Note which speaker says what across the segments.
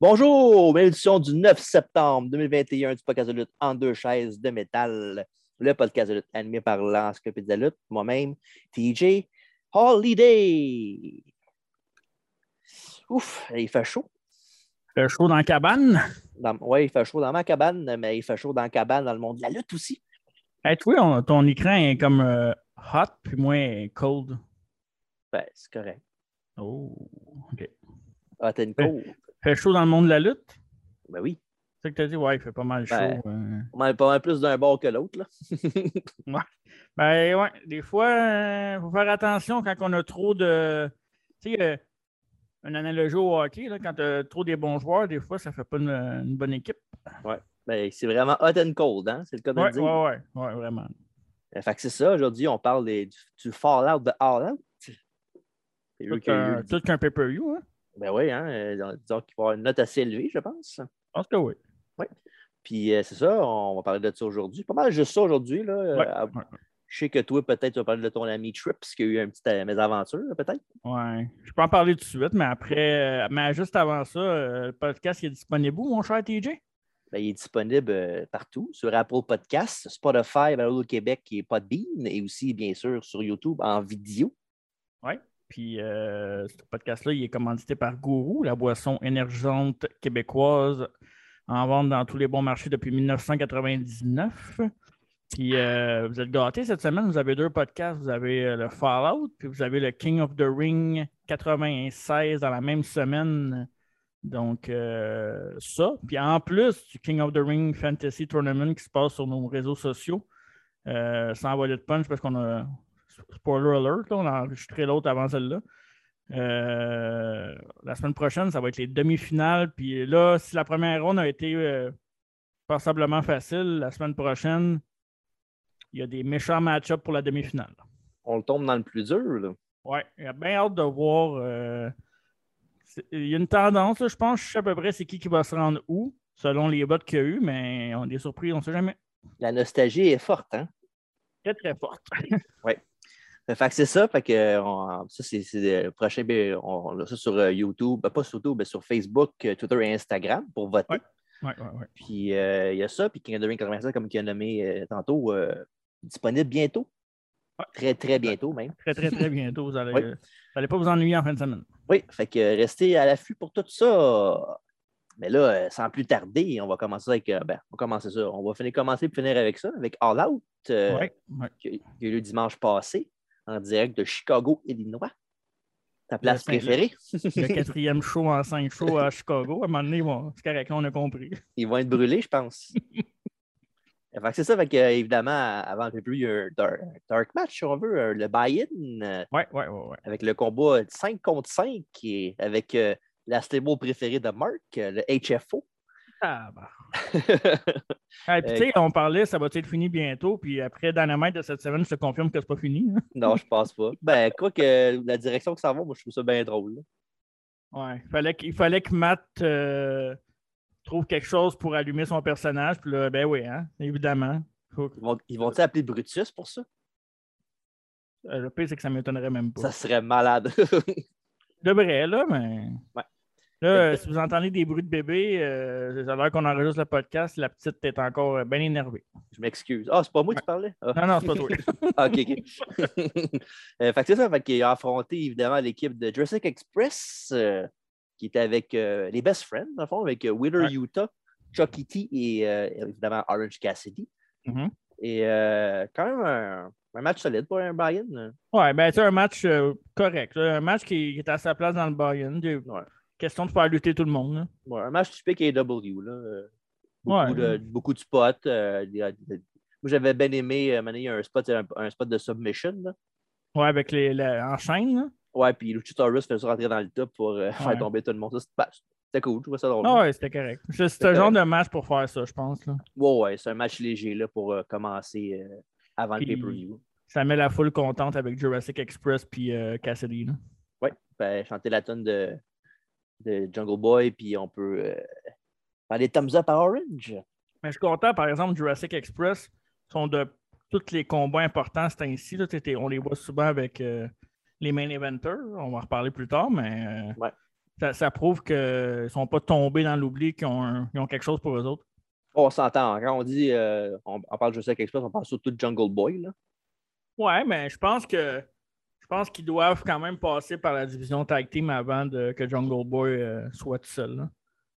Speaker 1: Bonjour, belle édition du 9 septembre 2021 du podcast de lutte en deux chaises de métal. Le podcast de lutte animé par l'encyclopédie de la lutte, moi-même, TJ Holiday. Ouf, il fait chaud.
Speaker 2: Il fait chaud dans la cabane.
Speaker 1: Oui, il fait chaud dans ma cabane, mais il fait chaud dans la cabane dans le monde de la lutte aussi.
Speaker 2: Hey, oui, ton écran est comme euh, hot, puis moi, cold.
Speaker 1: Ben, c'est correct.
Speaker 2: Oh, OK.
Speaker 1: Ah, t'as une cold.
Speaker 2: Fait chaud dans le monde de la lutte?
Speaker 1: Ben oui.
Speaker 2: C'est ça que tu as dit, ouais, il fait pas mal chaud.
Speaker 1: Ben,
Speaker 2: euh.
Speaker 1: On pas mal plus d'un bord que l'autre. là.
Speaker 2: Ben ouais, des fois, il faut faire attention quand on a trop de. Tu sais, euh, une analogie au hockey, là, quand tu as trop des bons joueurs, des fois, ça fait pas une, une bonne équipe.
Speaker 1: Ben, c'est vraiment hot and cold, hein? c'est le cas de le
Speaker 2: Ouais, ouais,
Speaker 1: dire.
Speaker 2: ouais, ouais, vraiment.
Speaker 1: Euh, Fait que c'est ça, aujourd'hui, on parle des- du, du Fallout de Haaland. C'est eux
Speaker 2: Tout
Speaker 1: qui ont eu
Speaker 2: qu'un
Speaker 1: le-
Speaker 2: tout qu'un pay-per-view, hein?
Speaker 1: Ben oui, hein, euh, disons qu'il va avoir une note assez élevée, je pense.
Speaker 2: Je pense que oui.
Speaker 1: Puis euh, c'est ça, on va parler de ça aujourd'hui. Pas mal juste ça aujourd'hui. là. Euh,
Speaker 2: Ouais,
Speaker 1: à-
Speaker 2: ouais.
Speaker 1: Je sais que toi, peut-être, tu vas parler de ton ami Trips qui a eu une petite euh, mésaventure, là, peut-être.
Speaker 2: Ouais. Je peux en parler tout de suite, mais après, euh, mais juste avant ça, euh, le podcast il est disponible où, mon cher TJ?
Speaker 1: Ben, il est disponible euh, partout, sur Apple Podcasts, Spotify, Valado Québec et Podbean, et aussi, bien sûr, sur YouTube en vidéo.
Speaker 2: Puis euh, ce podcast-là, il est commandité par Gourou, la boisson énergisante québécoise en vente dans tous les bons marchés depuis 1999. Puis euh, vous êtes gâtés cette semaine, vous avez deux podcasts, vous avez euh, le Fallout, puis vous avez le King of the Ring 96 dans la même semaine. Donc euh, ça. Puis en plus du King of the Ring Fantasy Tournament qui se passe sur nos réseaux sociaux, euh, sans voler de punch parce qu'on a, spoiler alert, là, on a enregistré l'autre avant celle-là. Euh, la semaine prochaine, ça va être les demi-finales. Puis là, si la première ronde a été euh, passablement facile, la semaine prochaine, il y a des méchants match-ups pour la demi-finale.
Speaker 1: On le tombe dans le plus dur. là.
Speaker 2: Ouais, j'ai bien hâte de voir. euh, c'est- il y a une tendance, là, je pense, je sais à peu près c'est qui qui va se rendre où, selon les votes qu'il y a eu, mais on est surpris, on ne sait jamais.
Speaker 1: La nostalgie est forte, hein?
Speaker 2: Très, très forte.
Speaker 1: Fait que c'est ça, fait que euh, on- ça, c'est c'est le prochain. ben, On, on a ça sur euh, YouTube, ben, pas sur YouTube, mais sur Facebook, euh, Twitter et Instagram pour voter.
Speaker 2: Ouais, ouais, ouais.
Speaker 1: Puis euh, il y a ça, puis King of the Ring 96, comme tu as nommé euh, tantôt, euh, disponible bientôt.
Speaker 2: Ouais.
Speaker 1: Très, très bientôt même.
Speaker 2: Très, très, très bientôt. Vous allez,
Speaker 1: Oui.
Speaker 2: vous allez pas vous ennuyer en fin de semaine.
Speaker 1: Oui, fait que euh, restez à l'affût pour tout ça. Mais là, euh, sans plus tarder, on va commencer avec. euh, ben, on va commencer ça. On va finir commencer puis finir avec ça, avec All Out, euh,
Speaker 2: Ouais, ouais.
Speaker 1: qui, qui a eu lieu dimanche passé, en direct de Chicago, Illinois. Ta place
Speaker 2: Saint-Jean.
Speaker 1: préférée?
Speaker 2: Le quatrième show en cinq shows à Chicago. À un moment donné, bon, c'est correct, là, on a compris.
Speaker 1: Ils vont être brûlés, je pense. Fait que c'est ça, fait que, euh, évidemment, avant le plus, il y a un dark, dark match, si on veut, euh, le buy-in euh,
Speaker 2: Ouais, ouais, ouais, ouais.
Speaker 1: avec le combat 5 contre 5 et avec euh, la stable préférée de Mark, euh, le HFO.
Speaker 2: Ah, bah. Ah, et puis, tu sais, on parlait, ça va être fini bientôt. Puis après Dynamite de cette semaine, je te confirme que c'est pas fini. hein.
Speaker 1: non, je pense pas. Ben, quoi que la direction que ça va, moi, je trouve ça bien drôle. là.
Speaker 2: Ouais, il fallait, qu'- il fallait que Matt euh, trouve quelque chose pour allumer son personnage. Puis là, ben oui, hein, évidemment. Faut que-
Speaker 1: Ils vont- Ils vont-ils appeler Brutus pour ça?
Speaker 2: euh, le pire, c'est que ça m'étonnerait même pas.
Speaker 1: Ça serait malade.
Speaker 2: De vrai, là, mais.
Speaker 1: Ouais.
Speaker 2: Là, euh, si vous entendez des bruits de bébé, euh, à l'heure qu'on enregistre le podcast, la petite est encore bien énervée.
Speaker 1: je m'excuse. Ah, c'est pas moi qui parlais? Ah.
Speaker 2: Non, non, c'est pas toi.
Speaker 1: Ah, OK, OK. Euh, fait que c'est ça, fait qu'il a affronté évidemment l'équipe de Jurassic Express, euh, qui était avec euh, les Best Friends, dans le fond, avec euh, Wheeler
Speaker 2: Ouais.
Speaker 1: Utah, Chucky T et euh, évidemment Orange Cassidy.
Speaker 2: Mhm.
Speaker 1: Et euh, quand même un, un match solide pour euh. un Brian.
Speaker 2: Ouais, ben c'est un match euh, correct. là. Un match qui, qui est à sa place dans le buy-in. Des-
Speaker 1: Ouais.
Speaker 2: Question de faire lutter tout le monde. là.
Speaker 1: Ouais, un match typique AW. Là. euh, Beaucoup,
Speaker 2: Ouais.
Speaker 1: de, beaucoup de spots. euh, des- des- moi, j'avais bien aimé, euh, à un moment donné, il y a un spot, un, un spot de submission. Là.
Speaker 2: Ouais, avec les, la- en chaîne. là.
Speaker 1: Ouais, puis Luchasaurus fait juste rentrer dans le top pour euh, faire
Speaker 2: Ouais.
Speaker 1: tomber tout le monde. Ça, c'était- C'était cool, je trouvais ça drôle.
Speaker 2: Ah ouais, c'était correct. C'est ce
Speaker 1: correct.
Speaker 2: genre de match pour faire ça, je pense. là.
Speaker 1: Ouais, ouais, c'est un match léger là, pour euh, commencer euh, avant
Speaker 2: Puis-
Speaker 1: le pay-per-view.
Speaker 2: Ça met la foule contente avec Jurassic Express puis euh, Cassidy. là.
Speaker 1: Ouais, ben, chanter la tonne de, de Jungle Boy, puis on peut euh, faire des thumbs up à Orange.
Speaker 2: Mais je suis content, par exemple, Jurassic Express sont de tous les combats importants, c'est ainsi. là. T'sais, t'es- on les voit souvent avec euh, les main eventers. On va en reparler plus tard, mais euh,
Speaker 1: Ouais.
Speaker 2: Ça, ça prouve qu'ils ne sont pas tombés dans l'oubli, qu'ils ont, un- qu'ils ont quelque chose pour eux autres.
Speaker 1: On s'entend. Quand on dit, euh, on, on parle de Jurassic Express, on parle surtout de Jungle Boy. Là.
Speaker 2: Ouais, mais je pense que je pense qu'ils doivent quand même passer par la division tag team avant de, que Jungle Boy euh, soit tout seul. là.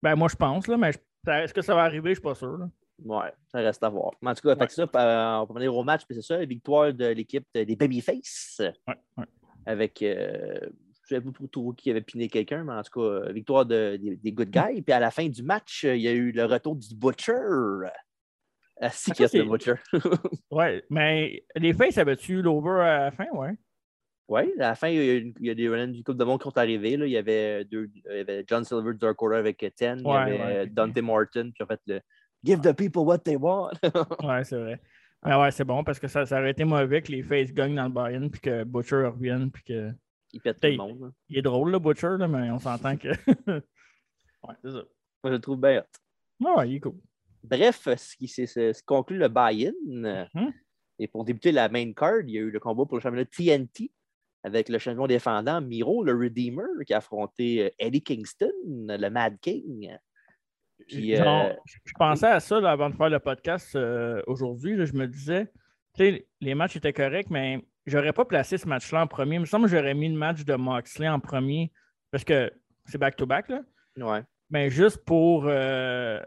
Speaker 2: Ben moi je pense, là, mais je- ça- est-ce que ça va arriver? Je suis pas sûr. là.
Speaker 1: Ouais, ça reste à voir. Mais en tout cas, fait que ça, euh, on va venir au match, puis c'est ça, victoire de l'équipe de- des Babyface
Speaker 2: Ouais, ouais.
Speaker 1: avec. euh, je ne sais pas trop- trop qui avait piné quelqu'un, mais en tout cas, euh, victoire de- des, des Good Guys. Puis à la fin du match, euh, il y a eu le retour du Butcher. Ah, si,
Speaker 2: Ah, ça,
Speaker 1: qu'il y a ce
Speaker 2: c'est-
Speaker 1: Butcher.
Speaker 2: Ouais, mais les Faces avaient-tu l'over à la fin, ouais?
Speaker 1: Oui, à la fin, il y a, une- il y a des run du Coupe de Monde qui sont arrivés. là. Il, y avait euh, deux, il y avait John Silver, Dark Order avec euh, Ten.
Speaker 2: Ouais,
Speaker 1: il y avait
Speaker 2: ouais,
Speaker 1: euh,
Speaker 2: ok. Ah.
Speaker 1: Dante Martin qui a fait le Give the people what they want.
Speaker 2: Ouais, c'est vrai. Mais ouais, c'est bon parce que ça, ça aurait été mauvais que les Faces gagnent dans le buy-in puis que Butcher revienne puis que.
Speaker 1: Il pète tout le
Speaker 2: Hey.
Speaker 1: monde. là.
Speaker 2: Il est drôle le Butcher, là, mais on s'entend que. ouais, c'est ça.
Speaker 1: Moi, je le trouve bien. hot.
Speaker 2: Ouais, ouais, il est cool.
Speaker 1: Bref, ce qui s'est- se se conclut le buy-in.
Speaker 2: Mhm.
Speaker 1: Et pour débuter la main card, il y a eu le combat pour le championnat TNT avec le champion défendant Miro, le Redeemer, qui a affronté euh, Eddie Kingston, le Mad King. Puis, euh,
Speaker 2: Genre, je- je pensais à ça là, avant de faire le podcast euh, aujourd'hui. là, je me disais, tu sais, les matchs étaient corrects, mais j'aurais pas placé ce match-là en premier. Il me semble que j'aurais mis le match de Moxley en premier parce que c'est back-to-back, là.
Speaker 1: euh, ouais.
Speaker 2: Mais juste pour euh,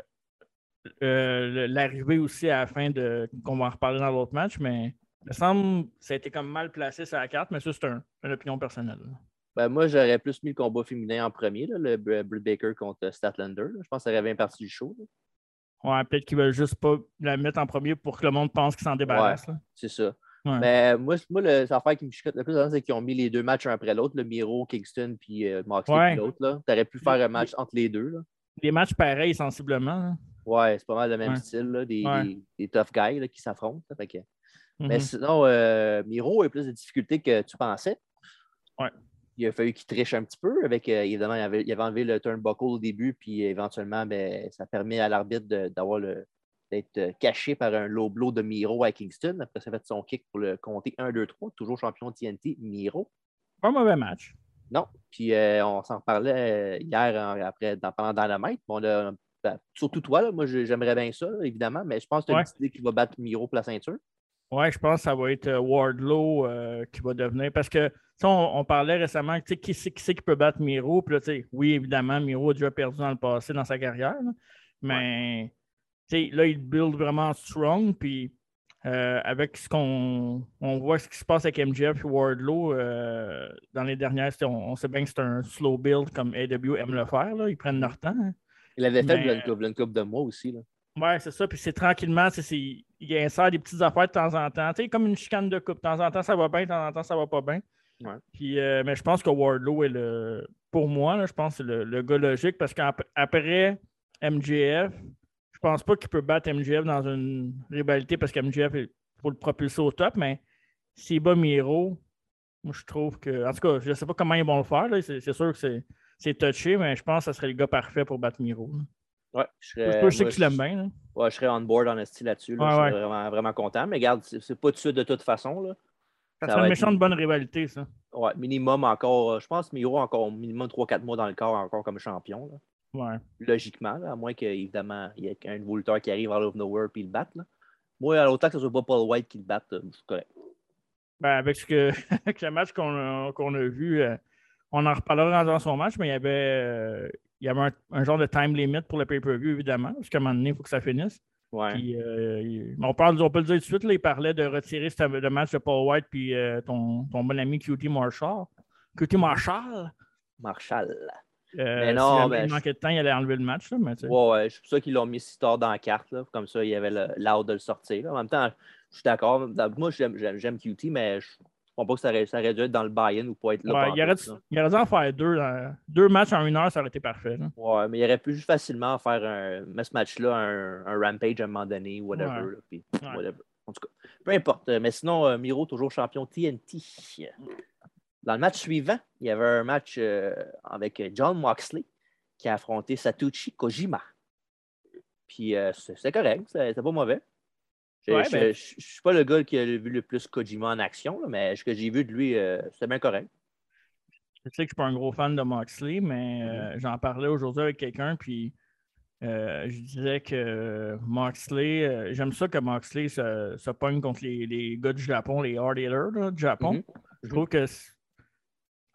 Speaker 2: euh, le- l'arrivée aussi à la fin de qu'on va en reparler dans l'autre match, mais il me semble que ça a été comme mal placé sur la carte, mais ça, c'est un- une opinion personnelle. là.
Speaker 1: Ben, moi, j'aurais plus mis le combat féminin en premier, là, le Br- Britt Baker contre euh, Statlander. là. Je pense que ça aurait bien parti du show. là.
Speaker 2: Ouais, peut-être qu'ils veulent juste pas la mettre en premier pour que le monde pense qu'ils s'en débarrassent. là.
Speaker 1: C'est ça.
Speaker 2: Ouais.
Speaker 1: Mais moi, c- moi le- l'affaire qui me chicote le plus, là, c'est qu'ils ont mis les deux matchs un après l'autre, le Miro, Kingston, puis euh, Moxley,
Speaker 2: Ouais.
Speaker 1: puis l'autre. là. T'aurais pu faire un match entre les deux. Là.
Speaker 2: Les matchs pareils, sensiblement. hein. là.
Speaker 1: Ouais, c'est pas mal le même
Speaker 2: Ouais.
Speaker 1: style, là, des,
Speaker 2: Ouais.
Speaker 1: des- des tough guys là, qui s'affrontent. là. Fait que- Mais
Speaker 2: Mhm.
Speaker 1: sinon, euh, Miro a eu plus de difficultés que tu pensais.
Speaker 2: Ouais.
Speaker 1: Il a fallu qu'il triche un petit peu. Avec, euh, évidemment, il avait, il avait enlevé le turnbuckle au début, puis éventuellement, ben, ça permet à l'arbitre de- d'avoir le d'être euh, caché par un low blow de Miro à Kingston. Après, ça a fait son kick pour le compter 1, 2, 3. Toujours champion TNT, Miro.
Speaker 2: Pas un mauvais match.
Speaker 1: Non. Puis euh, on s'en reparlait euh, hier en- après, dans, pendant Dynamite. Bon, là, ben, surtout toi, là, moi je- j'aimerais bien ça, là, évidemment, mais je pense que tu as
Speaker 2: Ouais.
Speaker 1: une petite idée qui va battre Miro pour la ceinture.
Speaker 2: Ouais, je pense que ça va être euh, Wardlow euh, qui va devenir. Parce que, tu sais, on, on parlait récemment, tu sais, qui c'est qui, c'est qui peut battre Miro? Puis là, tu sais, oui, évidemment, Miro a déjà perdu dans le passé, dans sa carrière. là. mais, tu sais, là, il build vraiment strong. Puis, euh, avec ce qu'on on voit, ce qui se passe avec MJF et Wardlow euh, dans les dernières, tu sais, on, on sait bien que c'est un slow build comme AW aime le faire. Là, ils prennent leur temps. hein.
Speaker 1: Il avait fait
Speaker 2: Mais-
Speaker 1: le coupe, une coupe de mois aussi. Là.
Speaker 2: Ouais, c'est ça. Puis c'est tranquillement, c'est, c'est- il insère des petites affaires de temps en temps. Tu sais, comme une chicane de coupe. De temps en temps, ça va bien, de temps en temps, ça va pas bien.
Speaker 1: Ouais.
Speaker 2: Puis, euh, mais je pense que Wardlow est le. Pour moi, là, je pense que c'est le, le gars logique parce qu'après MJF, je pense pas qu'il peut battre MJF dans une rivalité parce qu'MJF, il faut le propulser au top, mais s'il bat Miro, moi je trouve que. En tout cas, je sais pas comment ils vont le faire. là. C'est, c'est sûr que c'est, c'est touché, mais je pense que ce serait le gars parfait pour battre Miro. là.
Speaker 1: Ouais, je
Speaker 2: Je,
Speaker 1: serais,
Speaker 2: je
Speaker 1: Euh,
Speaker 2: sais
Speaker 1: moi,
Speaker 2: que tu l'aimes bien. là.
Speaker 1: ouais, je serais on board en esti là-dessus. là.
Speaker 2: Ouais,
Speaker 1: je serais
Speaker 2: ouais.
Speaker 1: vraiment, vraiment content. Mais regarde, c'est c'est pas tout de suite de toute façon. Là. Ça
Speaker 2: Ça serait
Speaker 1: va
Speaker 2: une
Speaker 1: être
Speaker 2: méchante bonne rivalité, ça.
Speaker 1: Ouais, minimum encore, euh, je pense Miro encore au minimum 3-4 mois dans le corps encore comme champion. là.
Speaker 2: Ouais.
Speaker 1: Logiquement, là, à moins qu'évidemment, il y ait un nouveau lutteur qui arrive out of nowhere et il le batte. là. Moi, à l'autant que ce soit pas Paul White qui le batte, euh, je suis correct.
Speaker 2: Ben, avec, ce que, avec le match qu'on a, qu'on a vu, euh, on en reparlera dans son match, mais il y avait, euh, il y avait un, un genre de time limit pour le pay-per-view, évidemment, parce qu'à un moment donné, il faut que ça finisse.
Speaker 1: Ouais.
Speaker 2: Puis, euh, il- on, parle, on peut le dire tout de suite, là, il parlait de retirer ce- le match de Paul White puis euh, ton, ton bon ami QT Marshall. QT Marshall.
Speaker 1: Marshall.
Speaker 2: Euh,
Speaker 1: Mais non,
Speaker 2: si jamais
Speaker 1: ben,
Speaker 2: il
Speaker 1: je-
Speaker 2: manquait de temps, il allait enlever le match. Là, mais, tu sais.
Speaker 1: Ouais, ouais, c'est pour ça qu'ils l'ont mis si tard dans la carte. là. Comme ça, il y avait le- l'art de le sortir. là. En même temps, je suis d'accord. Dans- Moi, j'aime- j'aime j'aime QT, mais je ne comprends pas que ça aurait, ça aurait dû être dans le buy-in ou pas être là.
Speaker 2: Ouais,
Speaker 1: pantoute,
Speaker 2: il, aurait,
Speaker 1: là.
Speaker 2: il aurait dû en faire deux. euh, deux matchs en une heure, ça aurait été parfait. là.
Speaker 1: Ouais, mais il aurait pu juste facilement faire un, mettre ce match-là, un, un rampage à un moment donné, whatever.
Speaker 2: Ouais.
Speaker 1: là, puis
Speaker 2: Ouais.
Speaker 1: whatever. En tout cas, peu importe. Euh, Mais sinon, euh, Miro, toujours champion TNT. Dans le match suivant, il y avait un match euh, avec John Moxley qui a affronté Satoshi Kojima. Puis euh, c'est c'est correct, c'est c'est pas mauvais. Je,
Speaker 2: Ouais,
Speaker 1: je-
Speaker 2: ben-
Speaker 1: je- je suis pas le gars qui a vu le plus Kojima en action, là, mais ce que j'ai vu de lui, euh, c'était bien correct.
Speaker 2: Je sais que je suis pas un gros fan de Moxley, mais euh, j'en parlais aujourd'hui avec quelqu'un, puis euh, je disais que Moxley, euh, j'aime ça que Moxley se, se pogne contre les, les gars du Japon, les hard hitters là, du Japon.
Speaker 1: Mhm.
Speaker 2: Je trouve que c-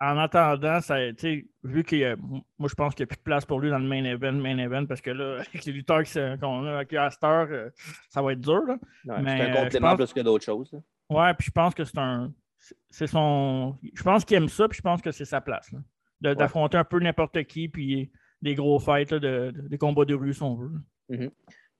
Speaker 2: en attendant, ça, tu sais, vu qu'il y a- moi je pense qu'il n'y a plus de place pour lui dans le main event, main event, parce que là, avec les lutteurs qui se- qu'on a qui à cette heure, euh, ça va être dur. Là.
Speaker 1: Ouais,
Speaker 2: Mais,
Speaker 1: c'est
Speaker 2: euh,
Speaker 1: un
Speaker 2: je
Speaker 1: complément
Speaker 2: pense-
Speaker 1: plus que d'autres choses. là.
Speaker 2: Ouais, puis je pense que c'est un. C'est son. Je pense qu'il aime ça, puis je pense que c'est sa place. là. De- D'affronter un peu n'importe qui, puis des gros fights, là, de, de- des combats de rue, si on veut.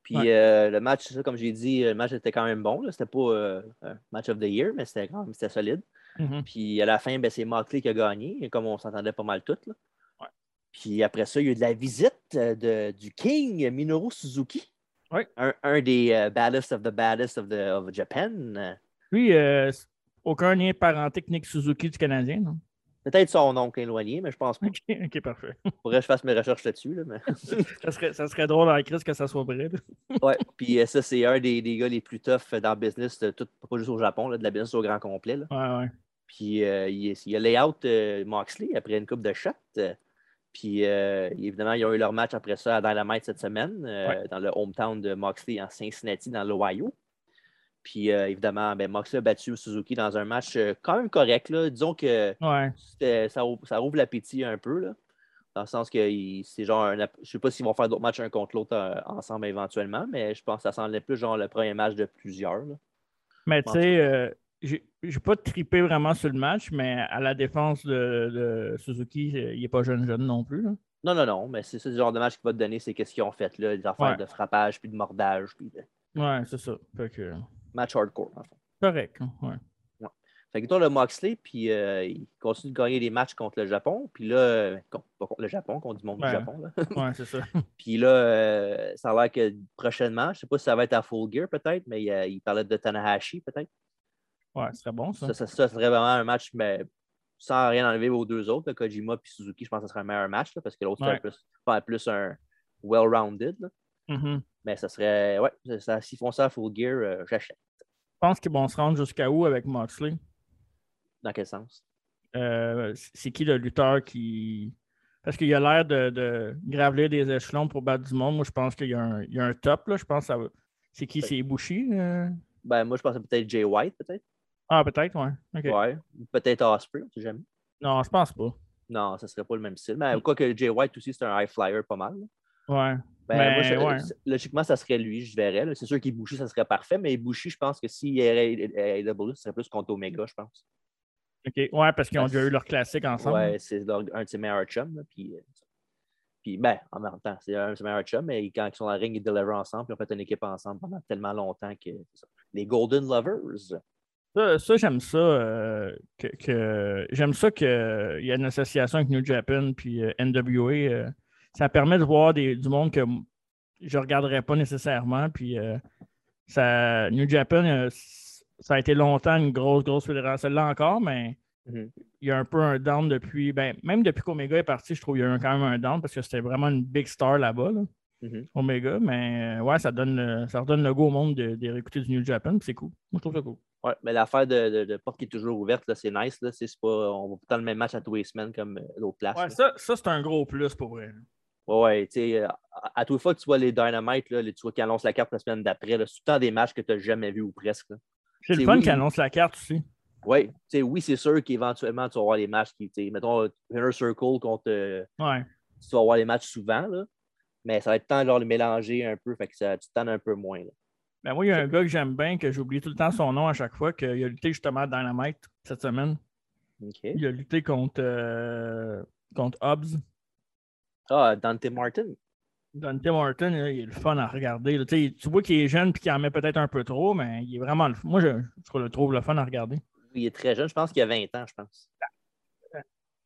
Speaker 1: Puis
Speaker 2: Ouais.
Speaker 1: euh, le match, ça, comme j'ai dit, le match était quand même bon. là. C'était pas euh, un match of the year, mais c'était quand même c'était solide.
Speaker 2: Mhm.
Speaker 1: Puis à la fin, ben, c'est Motley qui a gagné, comme on s'entendait pas mal toutes. là.
Speaker 2: Ouais.
Speaker 1: Puis après ça, il y a eu de la visite euh, de- du King Minoru Suzuki,
Speaker 2: Ouais.
Speaker 1: un, un des euh, baddest of the baddest of, the, of Japan. Euh,
Speaker 2: Lui, euh, c'est- aucun lien parenté que Nick Suzuki du Canadien, non?
Speaker 1: Peut-être son oncle éloigné, mais je pense pas.
Speaker 2: Ok, ok, parfait.
Speaker 1: Faudrait que je fasse mes recherches là-dessus. là, mais...
Speaker 2: Ça serait, ça serait drôle à la crise que ça soit vrai. là.
Speaker 1: Ouais, puis euh, ça, c'est un des, des gars les plus tough euh, dans le business, euh, tout, pas juste au Japon, là, de la business au grand complet. là.
Speaker 2: Ouais, ouais.
Speaker 1: Puis euh, il, est- il a layout euh, Moxley après une coupe de shots. euh, puis euh, évidemment, ils ont eu leur match après ça à Dynamite cette semaine, euh,
Speaker 2: Ouais.
Speaker 1: dans le hometown de Moxley en Cincinnati, dans l'Ohio. Puis euh, évidemment, ben, Moxley a battu Suzuki dans un match euh, quand même correct. là. Disons que
Speaker 2: Ouais.
Speaker 1: c'était- ça, ou- ça ouvre l'appétit un peu. Là, dans le sens que il- c'est genre un app- Je sais pas s'ils vont faire d'autres matchs un contre l'autre euh, ensemble éventuellement, mais je pense que ça semblait plus genre le premier match de plusieurs. là.
Speaker 2: Mais tu
Speaker 1: Bon,
Speaker 2: sais, euh, j'ai j'ai pas trippé vraiment sur le match, mais à la défense de, de Suzuki, euh, il n'est pas jeune jeune non plus. là.
Speaker 1: Non, non, non, mais c'est ça le genre de match qui va te donner, c'est qu'est-ce qu'ils ont fait, là, les affaires
Speaker 2: Ouais.
Speaker 1: de frappage, puis de mordage, puis de
Speaker 2: Ouais, c'est ça. Fait que.
Speaker 1: match hardcore, en fait.
Speaker 2: Correct. hein, Ouais.
Speaker 1: Fait que toi, le Moxley, puis euh, il continue de gagner des matchs contre le Japon, puis là, euh, contre- pas contre le Japon, contre du monde
Speaker 2: Ouais.
Speaker 1: du Japon, là.
Speaker 2: Ouais, c'est ça.
Speaker 1: Puis là, euh, ça a l'air que prochainement, je sais pas si ça va être à Full Gear, peut-être, mais euh, il parlait de Tanahashi, peut-être.
Speaker 2: Ouais, ce serait bon ça.
Speaker 1: Ça, ça, ça serait vraiment un match, mais sans rien enlever aux deux autres, là, Kojima puis Suzuki, je pense que ce serait un meilleur match, là, parce que l'autre,
Speaker 2: Ouais.
Speaker 1: serait plus, pas plus un well-rounded, là.
Speaker 2: Mhm.
Speaker 1: Mais ça serait. Ouais, ça- ça- s'ils font ça à Full Gear, euh, j'achète.
Speaker 2: Je pense qu'ils vont se rendre jusqu'à où avec Moxley?
Speaker 1: Dans quel sens?
Speaker 2: Euh, c'est qui le lutteur qui. Parce qu'il a l'air de, de graveler des échelons pour battre du monde. Moi, je pense qu'il y, a un- il y a un top. Là. Je pense que ça va- C'est qui? C'est Ibushi? euh?
Speaker 1: Ben, moi, je pensais peut-être Jay White, peut-être.
Speaker 2: Ah, peut-être, ouais. OK.
Speaker 1: Ouais. Ou Peut-être Osprey, on sait jamais.
Speaker 2: Non, je pense pas.
Speaker 1: Non, ça serait pas le même style.
Speaker 2: Hmm.
Speaker 1: Mais quoi que Jay White aussi, c'est un high flyer pas mal. là.
Speaker 2: Ouais.
Speaker 1: Ben,
Speaker 2: Ben,
Speaker 1: moi, je-
Speaker 2: ouais.
Speaker 1: c'est- logiquement, ça serait lui, je verrais. là. C'est sûr qu'Ibushi, ça serait parfait, mais Ibushi, je pense que s'il est AEW, ce serait plus contre Omega, je pense.
Speaker 2: OK. Ouais, parce qu'ils ont
Speaker 1: Ben,
Speaker 2: déjà eu leur classique ensemble.
Speaker 1: Ouais, c'est leur- un de ses meilleurs chums. là, Puis, euh, puis, ben, en même temps, c'est un de ses meilleurs chums, mais quand ils sont dans le ring, ils deliverent ensemble, puis ils ont fait une équipe ensemble pendant tellement longtemps que. c'est ça. Les Golden Lovers.
Speaker 2: Ça, ça, j'aime ça. euh, que, que- j'aime ça qu'il y a une association avec New Japan puis euh, NWA. euh, ça permet de voir des, du monde que m- je ne regarderais pas nécessairement. Puis euh, ça, New Japan, euh, s- ça a été longtemps une grosse, grosse fédération. Là encore, mais
Speaker 1: Mhm.
Speaker 2: il y a un peu un down depuis. Ben, même depuis qu'Omega est parti, je trouve qu'il y a eu quand même un down parce que c'était vraiment une big star là-bas. là,
Speaker 1: Mhm.
Speaker 2: Omega, mais euh, ouais, ça donne le, ça redonne le goût au monde de, de réécouter du New Japan, puis c'est cool. Moi, je trouve ça cool.
Speaker 1: Ouais, mais l'affaire de, de- de porte qui est toujours ouverte, là, c'est nice. Là, c'est c'est pas, on va pas dans le même match à tous les semaines comme euh, l'autre place.
Speaker 2: Ouais,
Speaker 1: là.
Speaker 2: ça, ça, c'est un gros plus pour vrai.
Speaker 1: Ouais, ouais, tu sais, euh, à, à tous les fois que tu vois les Dynamite, là, les- tu vois qu'ils annoncent la carte la semaine d'après, là, c'est tout le temps des matchs que tu n'as jamais vus ou presque. là.
Speaker 2: C'est le
Speaker 1: C'est
Speaker 2: fun
Speaker 1: oui.
Speaker 2: qu'il annonce la carte aussi.
Speaker 1: Ouais, tu sais, oui, c'est sûr qu'éventuellement, tu vas avoir les matchs qui, tu sais, mettons, Inner Circle contre. euh,
Speaker 2: Ouais.
Speaker 1: tu vas voir les matchs souvent, là, mais ça va être le temps genre, de les mélanger un peu, fait que ça, tu t'en un peu moins. là.
Speaker 2: Ben moi, il y a un gars que j'aime bien, que j'oublie tout le temps son nom à chaque fois, qu'il a lutté justement dans la Dynamite cette semaine.
Speaker 1: OK.
Speaker 2: Il a lutté contre, euh, contre Hobbs.
Speaker 1: Ah, Dante Martin.
Speaker 2: Dante Martin, là, il est le fun à regarder. là. Tu sais, tu vois qu'il est jeune et qu'il en met peut-être un peu trop, mais il est vraiment le fun. Moi, je, je trouve- le trouve le fun à regarder.
Speaker 1: Il est très jeune, je pense qu'il a 20 ans, je pense.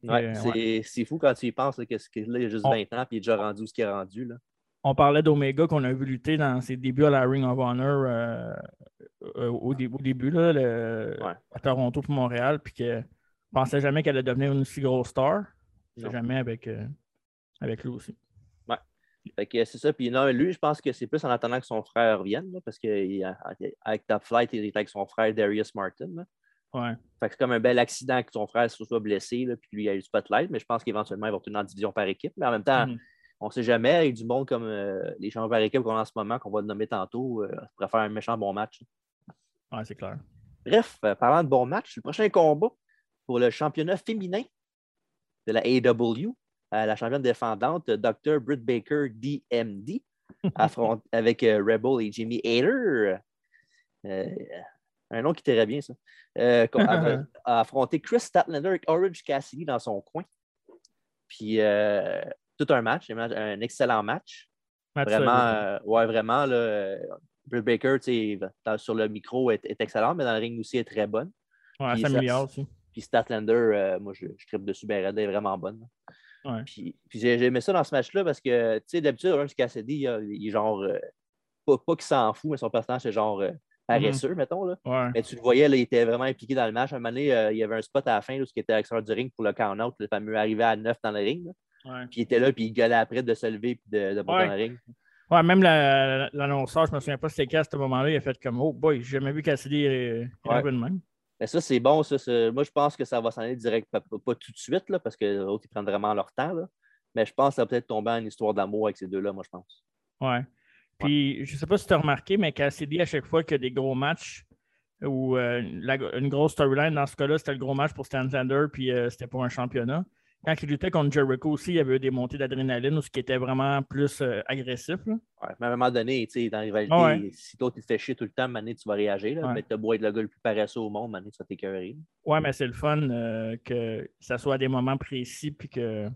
Speaker 1: Ouais,
Speaker 2: Euh,
Speaker 1: c'est c'est fou quand tu y penses, là, que, ce- que là, il a juste
Speaker 2: On-
Speaker 1: 20 ans, puis il est déjà rendu où ce qu'il est rendu. Là.
Speaker 2: On parlait d'Omega qu'on a vu lutter dans ses débuts à la Ring of Honor euh, euh, au, dé- au début, là, le-
Speaker 1: Ouais.
Speaker 2: à Toronto pour Montréal, puis que je pensais jamais qu'elle allait devenir une si grosse star. Je sais
Speaker 1: Non.
Speaker 2: Jamais avec, euh, avec lui aussi.
Speaker 1: Fait que c'est ça. Puis non, lui, je pense que c'est plus en attendant que son frère revienne, là, parce qu'avec Top Flight, il est avec son frère Darius Martin. là.
Speaker 2: Ouais.
Speaker 1: Fait que c'est comme un bel accident que son frère se soit blessé, là, puis lui il a eu le spotlight, mais je pense qu'éventuellement, ils vont retourner en division par équipe. Mais en même temps,
Speaker 2: Mhm.
Speaker 1: on ne sait jamais, avec du monde comme euh, les champions par équipe qu'on a en ce moment, qu'on va nommer tantôt, euh, on pourrait faire un méchant bon match.
Speaker 2: Ouais, c'est clair.
Speaker 1: Bref, euh, parlant de bon match, le prochain combat pour le championnat féminin de la AEW, euh, la championne défendante, euh, Dr. Britt Baker, DMD, affronte avec euh, Rebel et Jimmy Hater. Euh, un nom qui t'irait bien, ça. Euh, qu'on- a- a affronté Chris Statlander et Orange Cassidy dans son coin. Puis, euh, tout un match, un match- un excellent match.
Speaker 2: Match
Speaker 1: Vraiment,
Speaker 2: solide.
Speaker 1: euh, ouais, vraiment, là, euh, Britt Baker, tu sais, dans- sur le micro, est, est excellente, mais dans le ring aussi, elle est très bonne.
Speaker 2: Ouais,
Speaker 1: puis
Speaker 2: ça
Speaker 1: ça-
Speaker 2: améliore aussi.
Speaker 1: Puis Statlander, euh, moi, je, je tripe dessus, ben, raide, elle est vraiment bonne. là.
Speaker 2: Ouais.
Speaker 1: Puis, puis j'ai j'ai aimé ça dans ce match-là parce que, tu sais, d'habitude, Orange Cassidy, il, a- il est genre, euh, pas, pas qu'il s'en fout, mais son personnage, c'est genre euh,
Speaker 2: Mm-hmm.
Speaker 1: paresseux, mettons, là.
Speaker 2: Ouais.
Speaker 1: Mais tu le voyais, là, il était vraiment impliqué dans le match. À un moment donné, euh, il y avait un spot à la fin, là, où il était à l'extérieur du ring pour le count-out, le fameux arrivé à 9 dans le ring. là.
Speaker 2: Ouais.
Speaker 1: Puis il était là, puis il gueulait après de se lever puis de, de monter
Speaker 2: Ouais.
Speaker 1: dans le ring.
Speaker 2: Ouais, même la- l'annonceur, je me souviens pas c'était qui à ce moment-là, il a fait comme Oh boy, j'ai jamais vu Cassidy euh,
Speaker 1: Ouais.
Speaker 2: un peu de même.
Speaker 1: Mais ça, c'est bon. Ça, ça- Moi, je pense que ça va s'en aller direct, pas, pas- pas tout de suite, là, parce que les autres, ils prennent vraiment leur temps. là. Mais je pense que ça va peut-être tomber en histoire d'amour avec ces deux-là, moi, je pense.
Speaker 2: Ouais. Puis je sais pas si tu as remarqué, mais Cassidy, à chaque fois qu'il y a des gros matchs ou euh, la- une grosse storyline, dans ce cas-là, c'était le gros match pour Stan Sander, puis euh, c'était pour un championnat. Quand il luttait contre Jericho aussi, il y avait eu des montées d'adrénaline ou ce qui était vraiment plus euh, agressif. là.
Speaker 1: Ouais, Mais à un moment donné, tu sais, dans la rivalité,
Speaker 2: Ouais.
Speaker 1: si toi, tu te fais chier tout le temps, mané, tu vas réagir. là.
Speaker 2: Ouais.
Speaker 1: Mais t'as beau être le gars le plus paresseux au monde, mané, tu vas t'écœurer.
Speaker 2: Ouais, mais c'est le fun euh, que ça soit à des moments précis, puis que. en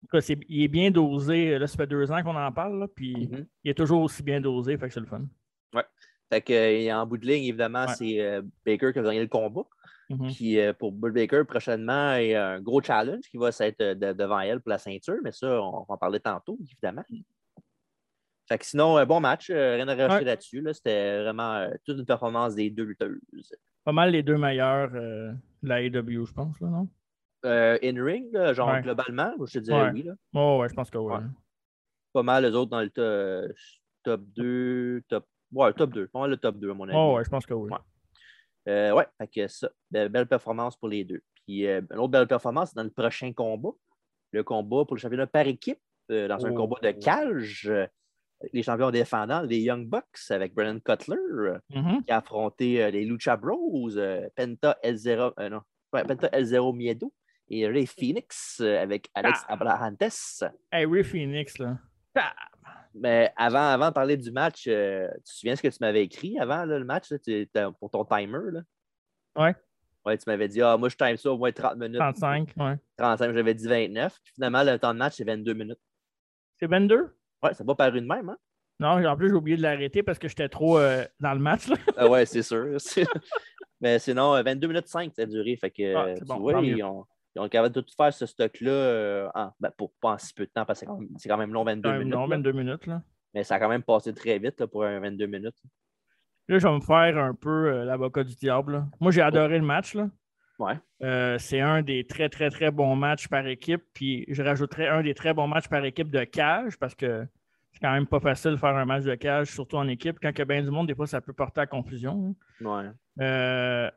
Speaker 2: tout cas, c'est- il est bien dosé. euh, Là, ça fait deux ans qu'on en parle, là, puis
Speaker 1: Mhm.
Speaker 2: il est toujours aussi bien dosé, fait que c'est le fun.
Speaker 1: Fait que, euh, en bout de ligne, évidemment,
Speaker 2: Ouais.
Speaker 1: c'est euh, Baker qui va gagner le combat.
Speaker 2: Mhm.
Speaker 1: Puis euh, pour Britt Baker, prochainement, il y a un gros challenge qui va être euh, de- devant elle pour la ceinture, mais ça, on va en parler tantôt, évidemment. Fait que sinon, un bon match, euh, rien à rajouter
Speaker 2: Ouais.
Speaker 1: là-dessus. là. C'était vraiment euh, toute une performance des deux lutteuses.
Speaker 2: Pas mal les deux meilleurs euh, de la AEW, je pense, là, non?
Speaker 1: Euh, In-ring, là, genre
Speaker 2: Ouais.
Speaker 1: globalement, je te dirais
Speaker 2: Ouais.
Speaker 1: oui. là.
Speaker 2: Oh, ouais, je pense que oui.
Speaker 1: Ouais. Pas mal les autres dans le to- top 2, top. Ouais, top 2. Pas mal le top 2, à mon avis.
Speaker 2: Oh, ouais, je pense que oui.
Speaker 1: Ouais. Euh, ouais, fait que ça, be- belle performance pour les deux. Puis euh, une autre belle performance c'est dans le prochain combat, le combat pour le championnat par équipe, euh, dans un
Speaker 2: Oh.
Speaker 1: combat de cage. euh, les champions défendants, les Young Bucks avec Brennan Cutler, euh,
Speaker 2: Mhm.
Speaker 1: qui a affronté euh, les Lucha Bros, euh, Penta El Zero, euh, non, ouais, Penta El Zero Miedo et Ray Phoenix euh, avec Alex Abrahantes.
Speaker 2: Hey, Ray Phoenix, là.
Speaker 1: Mais avant, avant de parler du match, euh, tu te souviens ce que tu m'avais écrit avant là, le match là, tu- t'as- pour ton timer? Là?
Speaker 2: Ouais.
Speaker 1: Ouais, tu m'avais dit, ah, moi, je time ça au moins 30 minutes.
Speaker 2: 35, ouais.
Speaker 1: 35, j'avais dit 29. Puis finalement, le temps de match, c'est 22 minutes.
Speaker 2: C'est 22?
Speaker 1: Ouais, ça n'a pas paru de même, hein?
Speaker 2: Non, en plus, j'ai oublié de l'arrêter parce que j'étais trop euh, dans le match, là.
Speaker 1: Ah ouais, c'est sûr. C'est- Mais sinon, euh, 22 minutes 5, ça a duré. Fait que,
Speaker 2: Ah, c'est
Speaker 1: euh, tu
Speaker 2: bon, tant
Speaker 1: vois,
Speaker 2: mieux.
Speaker 1: ils ont, ils ont capable de tout faire ce stock-là euh, en- ben, pour pas en si peu de temps, parce que c'est quand même, c'est quand même long, 22
Speaker 2: Quand même
Speaker 1: minutes.
Speaker 2: long,
Speaker 1: là.
Speaker 2: 22 minutes, là.
Speaker 1: Mais ça a quand même passé très vite là, pour un 22 minutes.
Speaker 2: Là, je vais me faire un peu euh, l'avocat du diable. là. Moi, j'ai adoré le match. Là.
Speaker 1: Ouais.
Speaker 2: Euh, c'est un des très, très, très bons matchs par équipe. Puis je rajouterais un des très bons matchs par équipe de cage parce que c'est quand même pas facile de faire un match de cage, surtout en équipe. Quand il y a bien du monde, des fois, ça peut porter à confusion.
Speaker 1: Ouais.
Speaker 2: hein. Euh,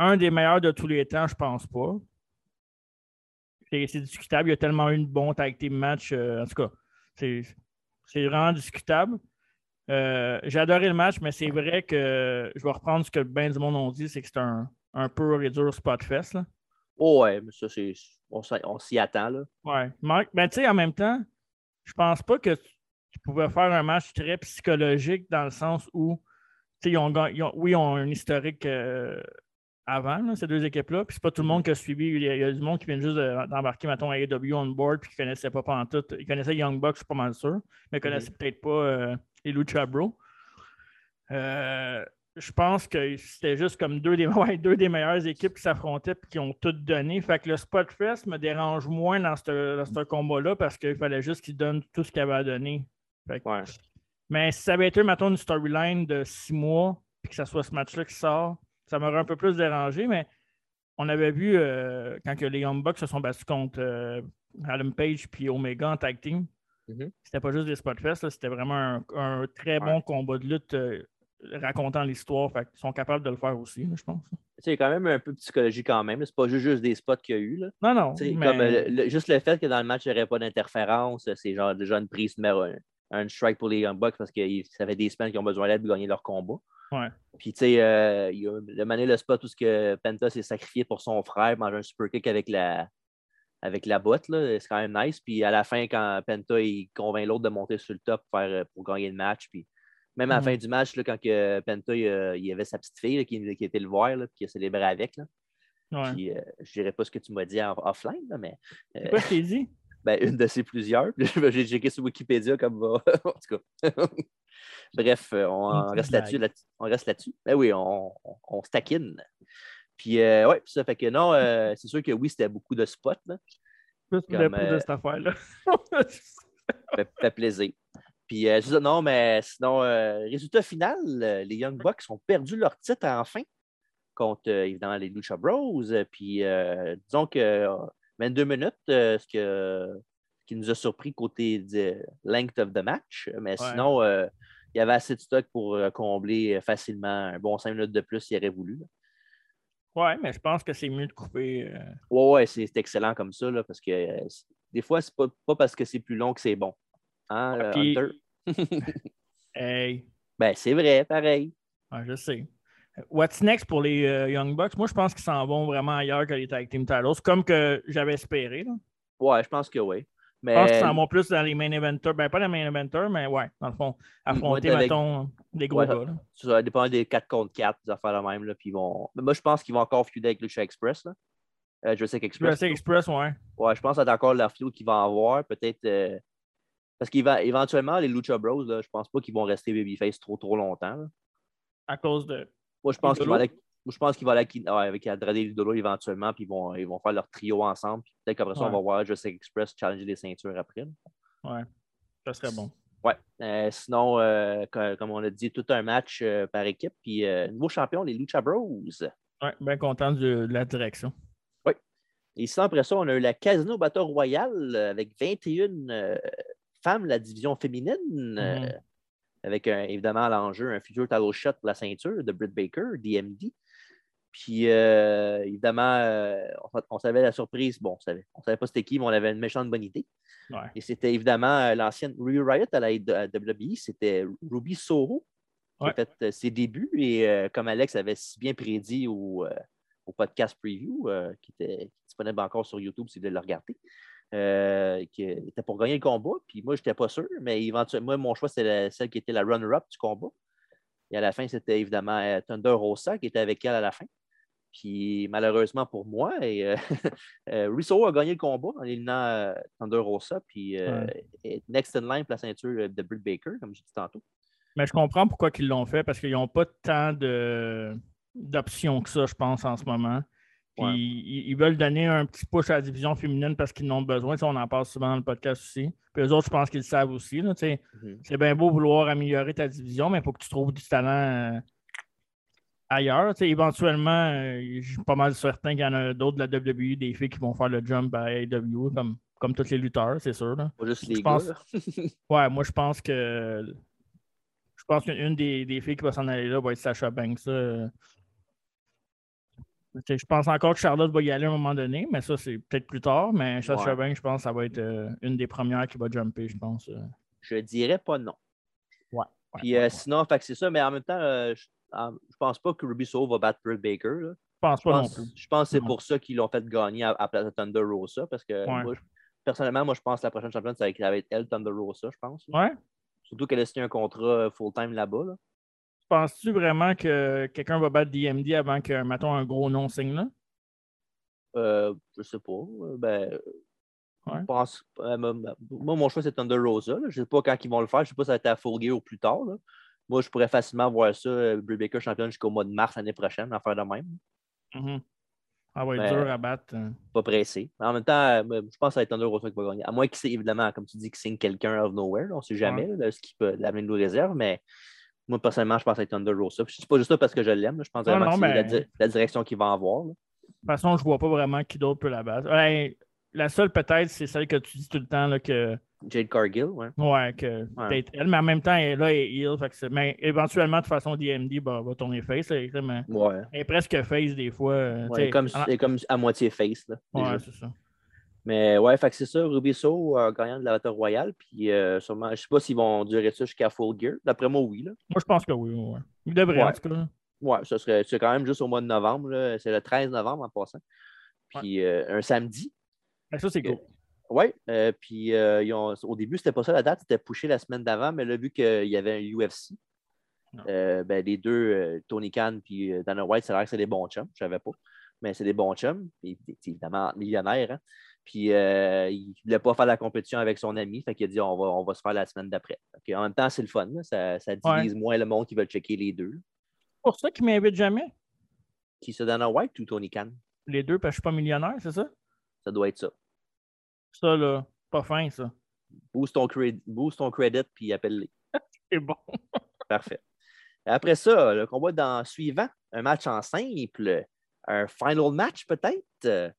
Speaker 2: un des meilleurs de tous les temps, je pense pas. C'est c'est discutable. Il y a tellement eu de bons tag team match. en tout cas, c'est c'est vraiment discutable. Euh, J'ai adoré le match, mais c'est vrai que je vais reprendre ce que bien du monde ont dit, c'est que c'est un, un pur et dur spot fest. Là.
Speaker 1: Oh, ouais, mais ça, c'est. On s'y- on s'y attend, là.
Speaker 2: Ouais. Marc, ben, tu sais, en même temps, je pense pas que tu tu pouvais faire un match très psychologique dans le sens où, tu sais, ils ont, gagn- ils ont- oui, ils ont un historique euh, avant, là, ces deux équipes-là, puis c'est pas tout le monde qui a suivi. Il y a, il y a du monde qui vient juste de- d'embarquer, mettons, à AEW on board, puis qui connaissait pas pantoute. Ils connaissaient Young Bucks, je suis pas mal sûr, mais ils connaissaient peut-être pas euh, les Lucha Bro. Euh, je pense que c'était juste comme deux des, ouais, deux des meilleures équipes qui s'affrontaient et qui ont toutes donné. Fait que le Spot Fest me dérange moins dans ce dans ce combat-là parce qu'il fallait juste qu'ils donnent tout ce qu'il avait à donner. Fait que-
Speaker 1: Ouais.
Speaker 2: Mais si ça avait été, mettons, une storyline de six mois puis que ça soit ce match-là qui sort, ça m'aurait un peu plus dérangé, mais on avait vu euh, quand que les Young Bucks se sont battus contre euh, Adam Page puis Omega en tag team.
Speaker 1: Mhm.
Speaker 2: C'était pas juste des Spot Fest, là, c'était vraiment un, un très bon combat de lutte euh, racontant l'histoire. Fait qu'ils sont capables de le faire aussi, là, je pense.
Speaker 1: Tu sais, il y a quand même un peu de psychologie quand même. là. C'est pas ju- juste des spots qu'il y a eu. Là.
Speaker 2: Non, non.
Speaker 1: Tu sais,
Speaker 2: mais-
Speaker 1: comme, euh, le- juste le fait que dans le match, il n'y aurait pas d'interférence, euh, c'est genre déjà une prise numéro un. Un strike pour les Young Bucks parce que ils- ça fait des semaines qu'ils ont besoin d'aide pour gagner leur combat.
Speaker 2: Ouais.
Speaker 1: Puis, tu sais, euh, il y a le mané le spot où ce que Penta s'est sacrifié pour son frère, manger un super kick avec la, avec la botte. là. C'est quand même nice. Puis, à la fin, quand Penta il convainc l'autre de monter sur le top pour, faire, euh, pour gagner le match, puis même à la
Speaker 2: Mhm.
Speaker 1: fin du match, là, quand que Penta il, euh, il y avait sa petite fille là, qui, qui était le voir, là, puis qui a célébré avec. Là.
Speaker 2: ouais.
Speaker 1: Puis, euh, je dirais pas ce que tu m'as dit en offline, là, mais
Speaker 2: C'est quoi que je t'ai dit?
Speaker 1: ben, une de ces plusieurs. Puis là, J'ai checké sur Wikipédia comme va. en tout cas. Bref, euh,
Speaker 2: Une
Speaker 1: on
Speaker 2: petite
Speaker 1: reste là-dessus.
Speaker 2: blague.
Speaker 1: là-dessus- on reste là-dessus. Ben oui, on, on, on se taquine. Puis, euh, ouais, puis ça fait que non, euh, c'est sûr que oui, c'était beaucoup de spots. là.
Speaker 2: Plus
Speaker 1: Comme,
Speaker 2: le plus
Speaker 1: euh,
Speaker 2: de cette affaire-là.
Speaker 1: Ça fait, fait plaisir. Puis, euh, c'est ça, non, mais sinon, euh, résultat final, euh, les Young Bucks ont perdu leur titre enfin contre, euh, évidemment, les Lucha Bros. Euh, Puis, euh, disons que euh, 22 minutes, euh, ce, que, ce qui nous a surpris côté de length of the match. Mais
Speaker 2: Ouais.
Speaker 1: sinon, euh, il y avait assez de stock pour euh, combler facilement un bon 5 minutes de plus s'il aurait voulu.
Speaker 2: ouais, mais je pense que c'est mieux de couper. euh,
Speaker 1: Ouais, ouais, c'est c'est excellent comme ça, là, parce que euh, c'est- des fois, c'est pas, pas parce que c'est plus long que c'est bon. Hein, euh,
Speaker 2: puis-
Speaker 1: Hunter?
Speaker 2: Hey,
Speaker 1: Ben, c'est vrai, pareil.
Speaker 2: ouais, je sais. Euh, What's next pour les euh, Young Bucks? Moi, je pense qu'ils s'en vont vraiment ailleurs que les Tag Team Talos, comme que j'avais espéré. là.
Speaker 1: Ouais, je pense que oui. Mais
Speaker 2: Je pense qu'ils s'en vont plus dans les main eventers. Ben, pas dans les main eventers, mais ouais, dans le fond, affronter,
Speaker 1: t'avais-
Speaker 2: mettons, des gros
Speaker 1: Ouais.
Speaker 2: gars. là.
Speaker 1: ça va dépendre des 4 contre 4, des affaires la même. Là, puis ils vont... Mais moi, je pense qu'ils vont encore feuder avec Lucha Express. Là. Euh, Jurassic Express.
Speaker 2: USA Express, ouais.
Speaker 1: Ouais, je pense que c'est encore la feud qu'ils vont avoir. Peut-être. euh, Parce qu'éventuellement, les Lucha Bros, là, je pense pas qu'ils vont rester Babyface trop, trop longtemps. là.
Speaker 2: À cause de.
Speaker 1: Moi, je pense qu'ils vont
Speaker 2: Idolo?
Speaker 1: aller. moi, je pense qu'ils vont aller avec- ouais, avec Andrade et Ludolo éventuellement, puis ils vont, ils vont faire leur trio ensemble. puis Peut-être qu'après ça, on
Speaker 2: Ouais.
Speaker 1: va voir Jurassic Express challenger les ceintures après. là.
Speaker 2: Ça serait bon.
Speaker 1: Ouais. Euh, sinon, euh, co- comme on a dit, tout un match euh, par équipe. Puis, euh, nouveau champion, les Lucha Bros.
Speaker 2: Ouais, bien content du- de la direction.
Speaker 1: Et sinon, après ça, on a eu la Casino Battle Royale euh, avec 21 euh, femmes, de la division féminine. euh,
Speaker 2: Mhm.
Speaker 1: avec un- évidemment à l'enjeu un futur title shot pour la ceinture de Britt Baker, DMD. Puis euh, évidemment, euh, on, on savait la surprise. Bon, on savait, on savait pas c'était qui, mais on avait une méchante bonne idée.
Speaker 2: Ouais.
Speaker 1: Et c'était évidemment euh, l'ancienne Ruby Riot à la à WWE, c'était Ruby Soho qui a
Speaker 2: Ouais.
Speaker 1: fait euh, ses débuts. Et euh, comme Alex avait si bien prédit au, euh, au podcast preview, euh, qui était disponible encore sur YouTube si vous voulez le regarder, euh, qui était pour gagner le combat. Puis moi, je n'étais pas sûr, mais éventuellement, moi, mon choix, c'était la- celle qui était la runner-up du combat. Et à la fin, c'était évidemment euh, Thunder Rosa qui était avec elle à la fin. Puis malheureusement pour moi, et, euh, euh, Russo a gagné le combat en éliminant euh, Thunder Rosa, puis euh, est next in line pour la ceinture euh, de Britt Baker, comme j'ai dit tantôt.
Speaker 2: Mais je comprends pourquoi ils l'ont fait, parce qu'ils n'ont pas tant de- d'options que ça, je pense, en ce moment. Puis
Speaker 1: Ouais.
Speaker 2: ils, ils veulent donner un petit push à la division féminine parce qu'ils en ont besoin. Ça, on en parle souvent dans le podcast aussi. Puis eux autres, je pense qu'ils le savent aussi. là, tu sais.
Speaker 1: Mhm.
Speaker 2: C'est bien beau vouloir améliorer ta division, mais il faut que tu trouves du talent euh, ailleurs. Tu sais, éventuellement, euh, je suis pas mal certain qu'il y en a d'autres de la WWE, des filles qui vont faire le jump à AEW, comme, comme tous les lutteurs, c'est sûr. là.
Speaker 1: Pas juste
Speaker 2: Je
Speaker 1: les
Speaker 2: pense-
Speaker 1: gars. là.
Speaker 2: Ouais, moi je pense que je pense qu'une des, des filles qui va s'en aller là va être Sacha Banks. ça, euh. Tu sais, Je pense encore que Charlotte va y aller à un moment donné, mais ça c'est peut-être plus tard. Mais Sacha
Speaker 1: Ouais.
Speaker 2: Banks, je pense que ça va être euh, une des premières qui va jumper, je pense. euh.
Speaker 1: Je dirais pas non.
Speaker 2: Ouais,
Speaker 1: Puis
Speaker 2: ouais,
Speaker 1: euh,
Speaker 2: ouais.
Speaker 1: sinon, fait que c'est ça, mais en même temps, euh, je, en- je pense pas que Ruby Soho va battre Britt Baker. là.
Speaker 2: Je pense
Speaker 1: Je
Speaker 2: pas non
Speaker 1: pense,
Speaker 2: plus.
Speaker 1: je pense que c'est
Speaker 2: Non.
Speaker 1: pour ça qu'ils l'ont fait gagner à, à place de Thunder Rosa, parce que
Speaker 2: Ouais.
Speaker 1: moi, je- personnellement, moi je pense que la prochaine championne, ça va être- ça va être elle, Thunder Rosa, je pense. là.
Speaker 2: Ouais?
Speaker 1: Surtout qu'elle a signé un contrat euh, full-time là-bas. là.
Speaker 2: Penses-tu vraiment que quelqu'un va battre DMD avant que, mettons, un gros nom signe là?
Speaker 1: Euh, je sais pas. euh, Ben,
Speaker 2: Ouais.
Speaker 1: je pense. euh, ma- ma- moi, mon choix, c'est Thunder Rosa. là. Je sais pas quand ils vont le faire. Je sais pas si ça va être à Full Gear ou plus tard. là. Moi, je pourrais facilement voir ça, euh, Britt Baker championne jusqu'au mois de mars l'année prochaine, en faire de même. Mm-hmm.
Speaker 2: Mhm. Ah ouais,
Speaker 1: Mais-
Speaker 2: dur à battre. euh.
Speaker 1: Pas pressé. Mais en même temps, euh, moi, je pense que ça va être Thunder Rosa qui va gagner. À moins qu'il signe, évidemment, comme tu dis, qu'il signe quelqu'un out of nowhere. là. On sait jamais là, ce qui peut l'avenir nous réserve, mais. Moi, personnellement, je pense que ça va être Thunder Rosa. Puis Je ne dis pas juste ça parce que je l'aime. là. Je pense
Speaker 2: Non,
Speaker 1: vraiment
Speaker 2: non,
Speaker 1: que c'est la,
Speaker 2: mais-
Speaker 1: di- la direction qu'il va avoir. là.
Speaker 2: De toute Ben, façon, je vois pas vraiment qui d'autre peut la battre. Ouais, la seule peut-être, c'est celle que tu dis tout le temps là, que
Speaker 1: Jade Cargill, ouais.
Speaker 2: Ouais, que
Speaker 1: Ouais.
Speaker 2: peut-être elle, mais en même temps, elle est là et heal. Fait que c'est- mais éventuellement, de toute façon, DMD va, va tourner face. là, mais
Speaker 1: Ouais.
Speaker 2: elle est presque face des fois.
Speaker 1: Ouais,
Speaker 2: euh, tu sais.
Speaker 1: elle est comme,
Speaker 2: Ah,
Speaker 1: elle est comme à moitié face. Là,
Speaker 2: ouais,
Speaker 1: déjà.
Speaker 2: c'est ça.
Speaker 1: Mais ouais, fait que c'est ça, Rubisso, euh, gagnant de la Battle Royale. Puis euh, sûrement, je sais pas s'ils vont durer ça jusqu'à Full Gear. D'après moi, oui. Là.
Speaker 2: Moi, je pense que oui. Ouais. Il devrait, en
Speaker 1: Ouais.
Speaker 2: tout cas.
Speaker 1: Ouais, ça serait c'est quand même juste au mois de novembre. là. C'est le 13 novembre en passant. Puis euh, un samedi.
Speaker 2: Fait que ça, c'est
Speaker 1: Ok.
Speaker 2: cool.
Speaker 1: Oui, puis euh, ils ont- au début, c'était pas ça la date, c'était pushé la semaine d'avant, mais là, vu qu'il y avait un UFC,
Speaker 2: Non.
Speaker 1: euh, ben, les deux, euh, Tony Khan puis euh, Dana White, ça a l'air que c'est des bons chums, je savais pas, mais c'est des bons chums, puis c'est évidemment millionnaire, hein. Puis euh, il voulait pas faire la compétition avec son ami, fait qu'il a dit on va, on va se faire la semaine d'après. Fait que, En même temps, c'est le fun, là, ça, ça divise moins le monde qui veut checker les deux.
Speaker 2: C'est pour ça qu'ils m'invitent jamais.
Speaker 1: Qui c'est Dana White ou Tony Khan?
Speaker 2: Les deux, parce que je suis pas millionnaire, c'est ça?
Speaker 1: Ça doit être ça.
Speaker 2: Ça, là, pas fin, ça.
Speaker 1: Boost ton, cred- boost ton credit, puis appelle-les.
Speaker 2: C'est bon.
Speaker 1: Parfait. Après ça, le combat dans le suivant, un match en simple, un final match peut-être.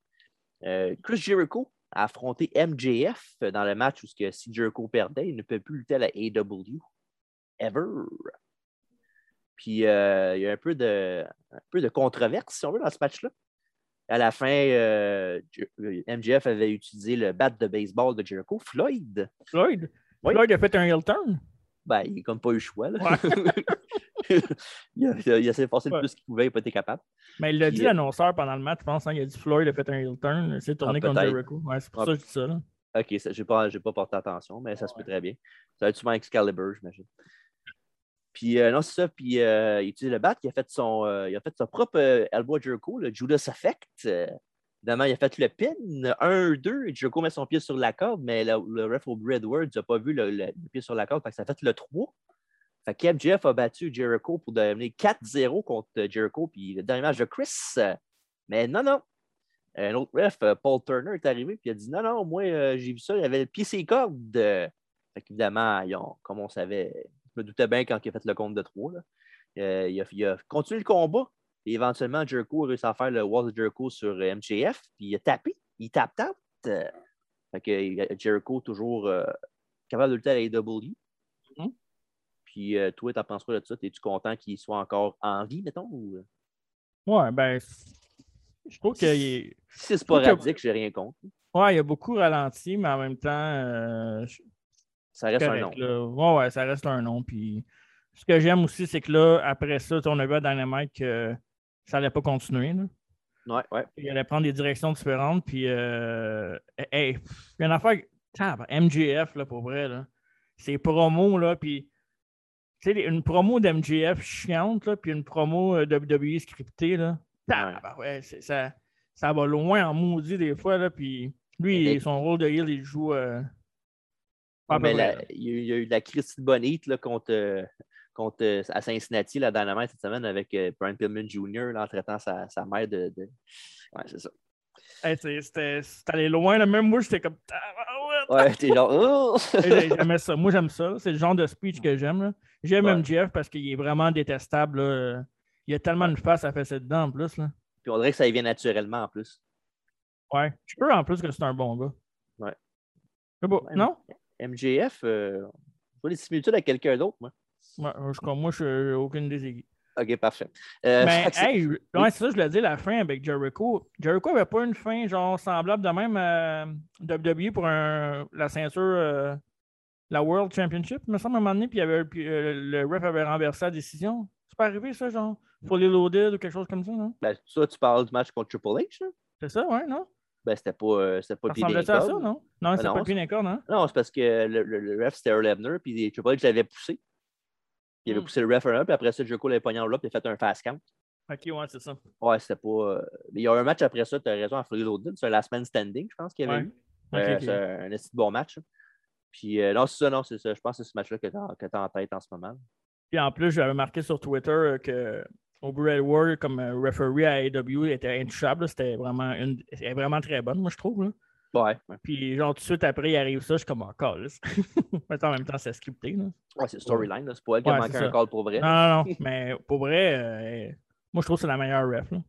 Speaker 1: Euh, Chris Jericho a affronté MJF dans le match où ce que si Jericho perdait, il ne peut plus lutter à la AW. Ever. Puis euh, il y a un peu, de, un peu de controverse, si on veut, dans ce match-là. À la fin, euh, Jer- euh, MJF avait utilisé le bat de baseball de Jericho, Floyd.
Speaker 2: Floyd.
Speaker 1: Oui.
Speaker 2: Floyd a fait un heel turn.
Speaker 1: Ben, il n'a comme pas eu le choix. Là. il, a, il a- il a essayé de forcer le
Speaker 2: Ouais.
Speaker 1: plus qu'il pouvait, il n'a pas été capable.
Speaker 2: Mais il l'a
Speaker 1: Puis,
Speaker 2: dit,
Speaker 1: euh,
Speaker 2: l'annonceur, pendant le match, je pense. hein, il a dit Floyd a fait un heel turn. Il s'est tourné contre
Speaker 1: Ah, peut-être.
Speaker 2: Jericho. Ouais, c'est pour
Speaker 1: Ah.
Speaker 2: ça que je dis ça. Là.
Speaker 1: OK, je n'ai pas, j'ai pas porté attention, mais ça se peut très bien. Ça va être souvent Excalibur, j'imagine. Puis euh, non, c'est ça. Puis euh, il utilise le bat, il a fait son, euh, il a fait son propre euh, elbow à Jericho, le Judas Effect. Euh, évidemment, il a fait le pin, 1-2, et Jericho met son pied sur la corde, mais le, le ref au Edwards n'a pas vu le, le- le pied sur la corde, fait que ça a fait le 3. Fait que MJF a battu Jericho pour devenir 4-0 contre Jericho, puis le dernier match de Chris. euh, Mais non, non. Un autre ref, euh, Paul Turner, est arrivé, puis il a dit non, non, moi, euh, j'ai vu ça, il avait le pied sur les cordes. Euh, Fait qu'évidemment, ils ont- comme on savait, je me doutais bien quand il a fait le compte de 3. il, a, il a continué le combat. Et éventuellement, Jericho a réussi à faire le Wall de Jericho sur euh, MJF, puis il a tapé. Il tape tape. Euh, fait que euh, Jericho toujours euh, capable de lutter à la AW.
Speaker 2: Mhm.
Speaker 1: Puis euh, toi, t'en penses quoi de ça? Es-tu content qu'il soit encore en vie, mettons? Ou... euh?
Speaker 2: Ouais, ben, je trouve qu'il est.
Speaker 1: Si c'est
Speaker 2: trouve que-
Speaker 1: sporadique, j'ai rien contre.
Speaker 2: Ouais, il a beaucoup ralenti, mais en même temps, euh, je-
Speaker 1: Ça reste un nom.
Speaker 2: correct, là. Ouais, ouais, ça reste un nom. Puis ce que j'aime aussi, c'est que là, après ça, tu sais, on a vu à Dynamite que ça n'allait pas continuer. là.
Speaker 1: Ouais, ouais.
Speaker 2: Il allait prendre des directions différentes. Puis, euh, hey, hey, pff, il y a une affaire. Tab, MGF, là, pour vrai, là. C'est promo, là. Puis, tu sais, les- une promo d'MGF chiante, là, puis une promo euh, WWE scriptée, là. Tab, ouais, c'est- ça, ça va loin en maudit des fois, là. Puis, lui,
Speaker 1: Mais-
Speaker 2: il- son rôle de heel, il joue. euh, pas à peu
Speaker 1: mais
Speaker 2: près,
Speaker 1: la-
Speaker 2: là.
Speaker 1: il, y a eu- il y a eu de la Christie Bonite là, contre, euh, contre, euh, à Cincinnati la dernière cette semaine avec euh, Brian Pillman Jr. là, en traitant sa, sa mère de. de- Ouais, c'est ça.
Speaker 2: Hey, c'est- c'était c'est allé loin, là. Même moi, j'étais comme. tabarouette.
Speaker 1: Ouais, t'es genre. Oh!
Speaker 2: Hey, j'ai- J'aimais ça. Moi, j'aime ça. là. C'est le genre de speech que j'aime. là. J'aime
Speaker 1: Ouais.
Speaker 2: MJF parce qu'il est vraiment détestable. là. Il a tellement de face à faire cette dedans en plus. Là.
Speaker 1: Puis on dirait que ça y vient naturellement en plus.
Speaker 2: Ouais. Je peux en plus que c'est un bon gars.
Speaker 1: Ouais.
Speaker 2: C'est beau.
Speaker 1: Ouais,
Speaker 2: Non?
Speaker 1: MJF, euh, je vois des similitudes avec quelqu'un d'autre, moi.
Speaker 2: Ouais, je, crois- moi, je n'ai aucune des aiguilles.
Speaker 1: Ok, parfait. Euh,
Speaker 2: Mais
Speaker 1: fait que c'est-
Speaker 2: Ben, hey, je- ouais, c'est ça, je l'ai dit la fin avec Jericho. Jericho n'avait pas une fin genre semblable de même à WWE pour un- la ceinture, euh, la World Championship, il me semble, à un moment donné, puis, il y avait, puis, euh, le ref avait renversé la décision. C'est pas arrivé, ça, genre, pour les loaded ou quelque chose comme ça, non?
Speaker 1: ben, ça, tu parles du match contre Triple H, là?
Speaker 2: C'est ça, ouais, non?
Speaker 1: Ben, c'était pas, euh, c'était pas le
Speaker 2: Ça
Speaker 1: pied d'un
Speaker 2: ressemblait à ça,
Speaker 1: corde.
Speaker 2: non? Non,
Speaker 1: Ben
Speaker 2: c'est
Speaker 1: non,
Speaker 2: pas le
Speaker 1: c'est-
Speaker 2: pied d'un corde, hein?
Speaker 1: Non, c'est parce que le, le- le ref, c'était Earl Hebner, puis Triple H l'avait poussé. Il avait
Speaker 2: Hmm.
Speaker 1: poussé le ref un, puis après ça, Jericho l'avait pogné en là, puis il a fait un fast count.
Speaker 2: Ok, ouais, c'est ça.
Speaker 1: Ouais, c'était pas. euh, mais Il y a un match après ça, tu as raison, à Florida Odin, c'est un last man standing, je pense qu'il y avait
Speaker 2: Ouais.
Speaker 1: eu.
Speaker 2: Ok,
Speaker 1: Euh,
Speaker 2: ok.
Speaker 1: C'est un esti de bon match. là. Puis euh, non, c'est ça, non, c'est ça. Je pense que c'est ce match-là que tu as en tête en ce moment.
Speaker 2: Puis en plus, j'avais marqué sur Twitter euh, que Aubrey Edward, comme euh, referee à AEW, était intouchable. là. C'était vraiment une. Elle est vraiment très bonne, moi, je trouve. là.
Speaker 1: Ouais, ouais.
Speaker 2: Puis genre, tout de suite après, il arrive ça, je suis comme en call. Mais en même temps, c'est scripté. Là.
Speaker 1: Ouais, c'est storyline, là. c'est pas elle qui
Speaker 2: Ouais,
Speaker 1: a manqué
Speaker 2: c'est
Speaker 1: un
Speaker 2: ça.
Speaker 1: call pour vrai.
Speaker 2: Non, non, non. Mais pour vrai, euh, moi, je trouve que c'est la meilleure ref. Là.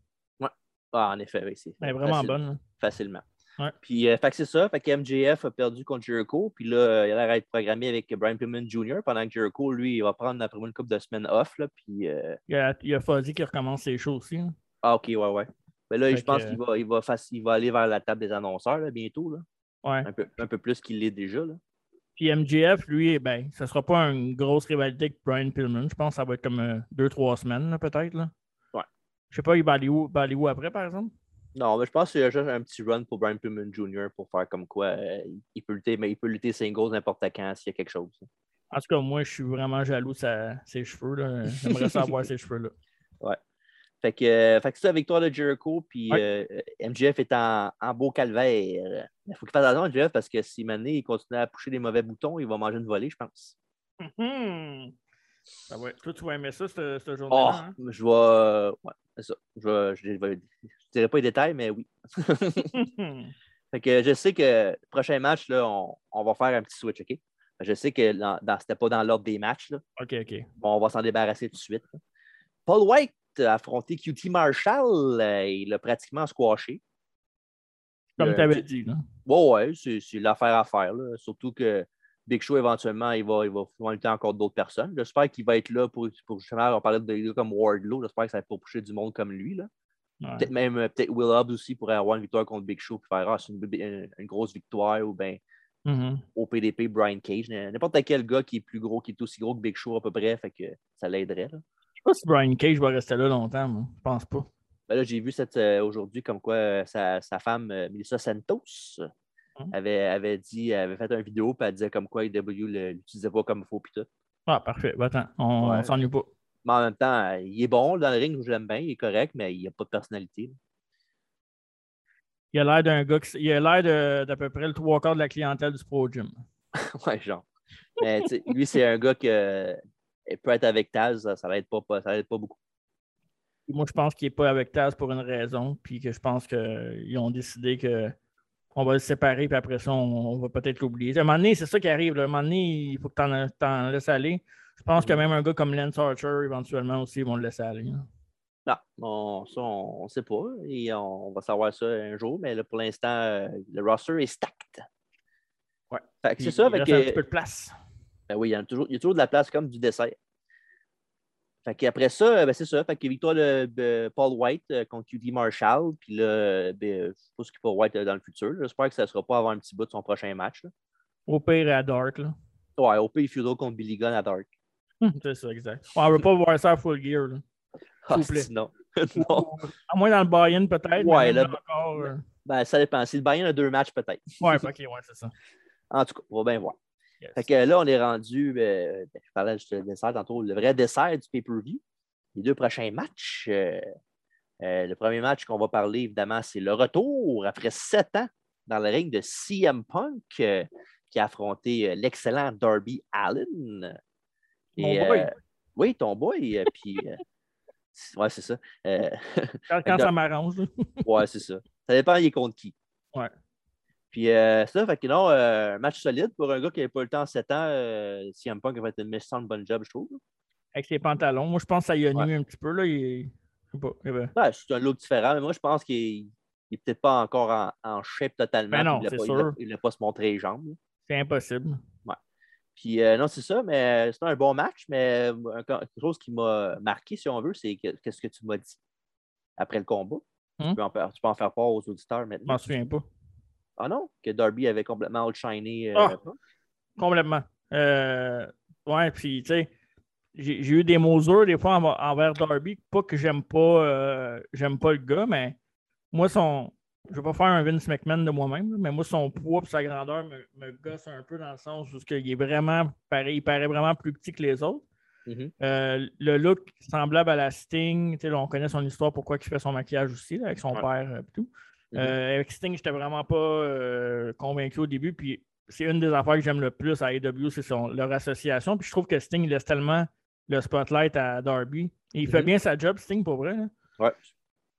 Speaker 1: Ah, en effet, oui, c'est
Speaker 2: Elle est vraiment
Speaker 1: facile-
Speaker 2: bonne. là.
Speaker 1: Facilement.
Speaker 2: Ouais.
Speaker 1: Puis, euh, fait que c'est ça. Fait que MJF a perdu contre Jericho. Puis là, euh, il a l'air d'être programmé avec Brian Pillman Jr. pendant que Jericho, lui, il va prendre après moi une couple de semaines off. Là, puis, euh,
Speaker 2: Il a, il a pas dit qu'il recommence ses shows aussi. hein.
Speaker 1: ah, OK, ouais, ouais. Mais là,
Speaker 2: Fait
Speaker 1: je pense
Speaker 2: que-
Speaker 1: qu'il va, il va, faci- il va aller vers la table des annonceurs là, bientôt. Là.
Speaker 2: Ouais.
Speaker 1: Un, peu, un peu plus qu'il l'est déjà. Là.
Speaker 2: Puis MJF, lui, ben, ça sera pas une grosse rivalité avec Brian Pillman. Je pense que ça va être comme euh, deux, trois semaines, là, peut-être. Là.
Speaker 1: Ouais.
Speaker 2: Je sais pas, il va aller où, va aller où après, par exemple?
Speaker 1: Non, mais je pense que c'est juste un petit run pour Brian Pillman Jr. pour faire comme quoi euh, il peut lutter, mais il peut lutter singles n'importe quand s'il y a quelque chose.
Speaker 2: En tout cas, moi, je suis vraiment jaloux de sa- ses cheveux. là. J'aimerais ça avoir ses cheveux-là.
Speaker 1: Fait que, euh, fait que c'est la victoire de Jericho, puis
Speaker 2: Ouais.
Speaker 1: euh, MJF est en, en beau calvaire. Il faut qu'il fasse attention à MJF parce que si Mané il continue à pousser des mauvais boutons, il va manger une volée, je pense. Hmm.
Speaker 2: Ça va être- Ah Toi, tu vas aimer ça, cette, cette journée-là.
Speaker 1: Oh,
Speaker 2: hein?
Speaker 1: je vais. Ouais, c'est ça. Je, vais- je, vais- je dirai pas les détails, mais oui. Fait que je sais que prochain match, là, on, on va faire un petit switch, OK? Je sais que dans, dans- c'était pas dans l'ordre des matchs, là.
Speaker 2: OK, OK.
Speaker 1: Bon, on va s'en débarrasser tout de suite. là. Paul White a affronté QT Marshall. euh, il l'a pratiquement squashé.
Speaker 2: Comme
Speaker 1: Euh,
Speaker 2: tu avais dit, là.
Speaker 1: Ouais, ouais, c'est c'est l'affaire à faire. là. Surtout que Big Show, éventuellement, il va, il va pouvoir lutter encore d'autres personnes. J'espère qu'il va être là pour, pour justement, on parlait de des gars comme Wardlow. J'espère que ça va pour pousser du monde comme lui. là.
Speaker 2: Ouais.
Speaker 1: Peut-être même euh, peut-être Will Hobbs aussi pourrait avoir une victoire contre Big Show puis faire ah, c'est une, une- une grosse victoire ou bien
Speaker 2: Mhm.
Speaker 1: au PDP Brian Cage. N- N'importe quel gars qui est plus gros, qui est aussi gros que Big Show à peu près, fait que ça l'aiderait. Là,
Speaker 2: Je sais pas si Brian Cage va rester là longtemps, moi. Je pense pas.
Speaker 1: Ben là j'ai vu cette, euh, aujourd'hui comme quoi euh, sa, sa femme, euh, Melissa Santos,
Speaker 2: Mhm.
Speaker 1: avait, avait dit, avait fait une vidéo puis elle disait comme quoi IW le- l'utilisait pas comme il faut puis tout.
Speaker 2: Ah, parfait. Ben, attends, on
Speaker 1: Ouais.
Speaker 2: on s'ennuie pas.
Speaker 1: Mais en même temps, euh, il est bon dans le ring, je l'aime bien, il est correct, mais il n'a pas de personnalité.
Speaker 2: Il a l'air d'un gars qui. Il a l'air de- d'à peu près le trois quarts de la clientèle du Pro Gym.
Speaker 1: Ouais, genre. Mais tu sais, lui, c'est un gars que euh, il peut être avec Taz, ça, ça l'aide pas, pas- ça l'aide pas beaucoup.
Speaker 2: Puis Moi, je pense qu'il n'est pas avec Taz pour une raison, puis que je pense qu'ils ont décidé que on va le séparer, puis après ça, on, on va peut-être l'oublier. À un moment donné, c'est ça qui arrive. là. À un moment donné, il faut que tu en, laisses aller. Je pense
Speaker 1: Mhm.
Speaker 2: que même un gars comme Lance Archer, éventuellement aussi, ils vont le laisser aller. hein.
Speaker 1: Non, on, ça, on, on sait pas. Et on, va savoir ça un jour, mais là, pour l'instant, euh, le roster est stacked.
Speaker 2: Ouais.
Speaker 1: Fait que
Speaker 2: Puis
Speaker 1: c'est ça, euh,
Speaker 2: il
Speaker 1: fait
Speaker 2: reste
Speaker 1: que-
Speaker 2: un petit peu de place.
Speaker 1: ben oui, il y, en a toujours, il y a toujours de la place comme du dessert. Fait qu'après ça, ben c'est ça. Fait que victoire de, de Paul White euh, contre QD Marshall. Puis là, ben, je suppose qu'il va White euh, dans le futur. J'espère que ça ne sera pas avant un petit bout de son prochain match. là.
Speaker 2: Au pire, à Dark. là.
Speaker 1: Ouais, OP Feudal contre Billy Gunn à Dark.
Speaker 2: c'est ça, exact. Ouais, on ne veut pas voir ça à full gear. Là.
Speaker 1: Ah,
Speaker 2: S'il vous plaît.
Speaker 1: si, non. non.
Speaker 2: À moins dans le buy-in, peut-être. mais
Speaker 1: Ouais,
Speaker 2: même
Speaker 1: là-
Speaker 2: là encore, euh,
Speaker 1: Ben, ça dépend. Si le Bayern a deux matchs, peut-être.
Speaker 2: Ouais, ok, ouais, c'est ça.
Speaker 1: En tout cas, on va bien voir.
Speaker 2: Yes.
Speaker 1: Fait que là, on est rendu, euh, ben, je parlais juste du dessert tantôt, le vrai dessert du pay-per-view. Les deux prochains matchs. euh, euh, le premier match qu'on va parler, évidemment, c'est le retour après sept ans dans le ring de CM Punk euh, qui a affronté euh, l'excellent Darby Allen.
Speaker 2: Mon boy.
Speaker 1: oui, ton boy. euh, Puis, euh, ouais, c'est ça. Euh,
Speaker 2: Quand, quand ça m'arrange. là.
Speaker 1: Ouais, c'est ça. Ça dépend, il est contre qui.
Speaker 2: Ouais.
Speaker 1: Puis euh, c'est ça, fait que non, euh, un match solide pour un gars qui n'avait pas eu le temps en 7 ans. Euh, CM Punk a fait une méchante bonne job, je trouve.
Speaker 2: avec ses pantalons. Moi, je pense que ça y a
Speaker 1: Ouais.
Speaker 2: nuit un petit peu. Là. Il... je sais pas, eh ben,
Speaker 1: Ouais, c'est un look différent, mais moi, je pense qu'il n'est peut-être pas encore en, en shape totalement.
Speaker 2: Ben non,
Speaker 1: puis il
Speaker 2: c'est
Speaker 1: ne voulait,
Speaker 2: sûr.
Speaker 1: pas- il voulait pas se montrer les jambes.
Speaker 2: C'est impossible.
Speaker 1: Puis euh, non, c'est ça, mais c'est un bon match, mais euh, un- quelque chose qui m'a marqué, si on veut, c'est que- qu'est-ce que tu m'as dit après le combat.
Speaker 2: Hum?
Speaker 1: Tu, peux en faire, tu peux en faire part aux auditeurs
Speaker 2: Je
Speaker 1: maintenant.
Speaker 2: m'en souviens pas.
Speaker 1: Ah non, que Darby avait complètement outshiné. euh,
Speaker 2: Ah! Complètement. Euh, Ouais, puis tu sais, j'ai j'ai eu des mots durs des fois env- envers Darby. Pas que j'aime pas euh, j'aime pas le gars, mais moi, son. Je vais pas faire un Vince McMahon de moi-même, là, mais moi, son poids et sa grandeur me, me gosse un peu dans le sens où ce qu'il est vraiment pareil, il paraît vraiment plus petit que les autres.
Speaker 1: Mhm.
Speaker 2: Euh, le look semblable à la Sting, tu sais, là, on connaît son histoire, pourquoi il fait son maquillage aussi, là, avec son
Speaker 1: Ouais.
Speaker 2: père et tout.
Speaker 1: Mhm.
Speaker 2: Euh, avec Sting, j'étais vraiment pas euh, convaincu au début. Puis c'est une des affaires que j'aime le plus à AEW, c'est son- leur association. Puis je trouve que Sting laisse tellement le spotlight à Darby. Et il fait
Speaker 1: Mhm.
Speaker 2: bien sa job, Sting, pour vrai. là.
Speaker 1: Ouais.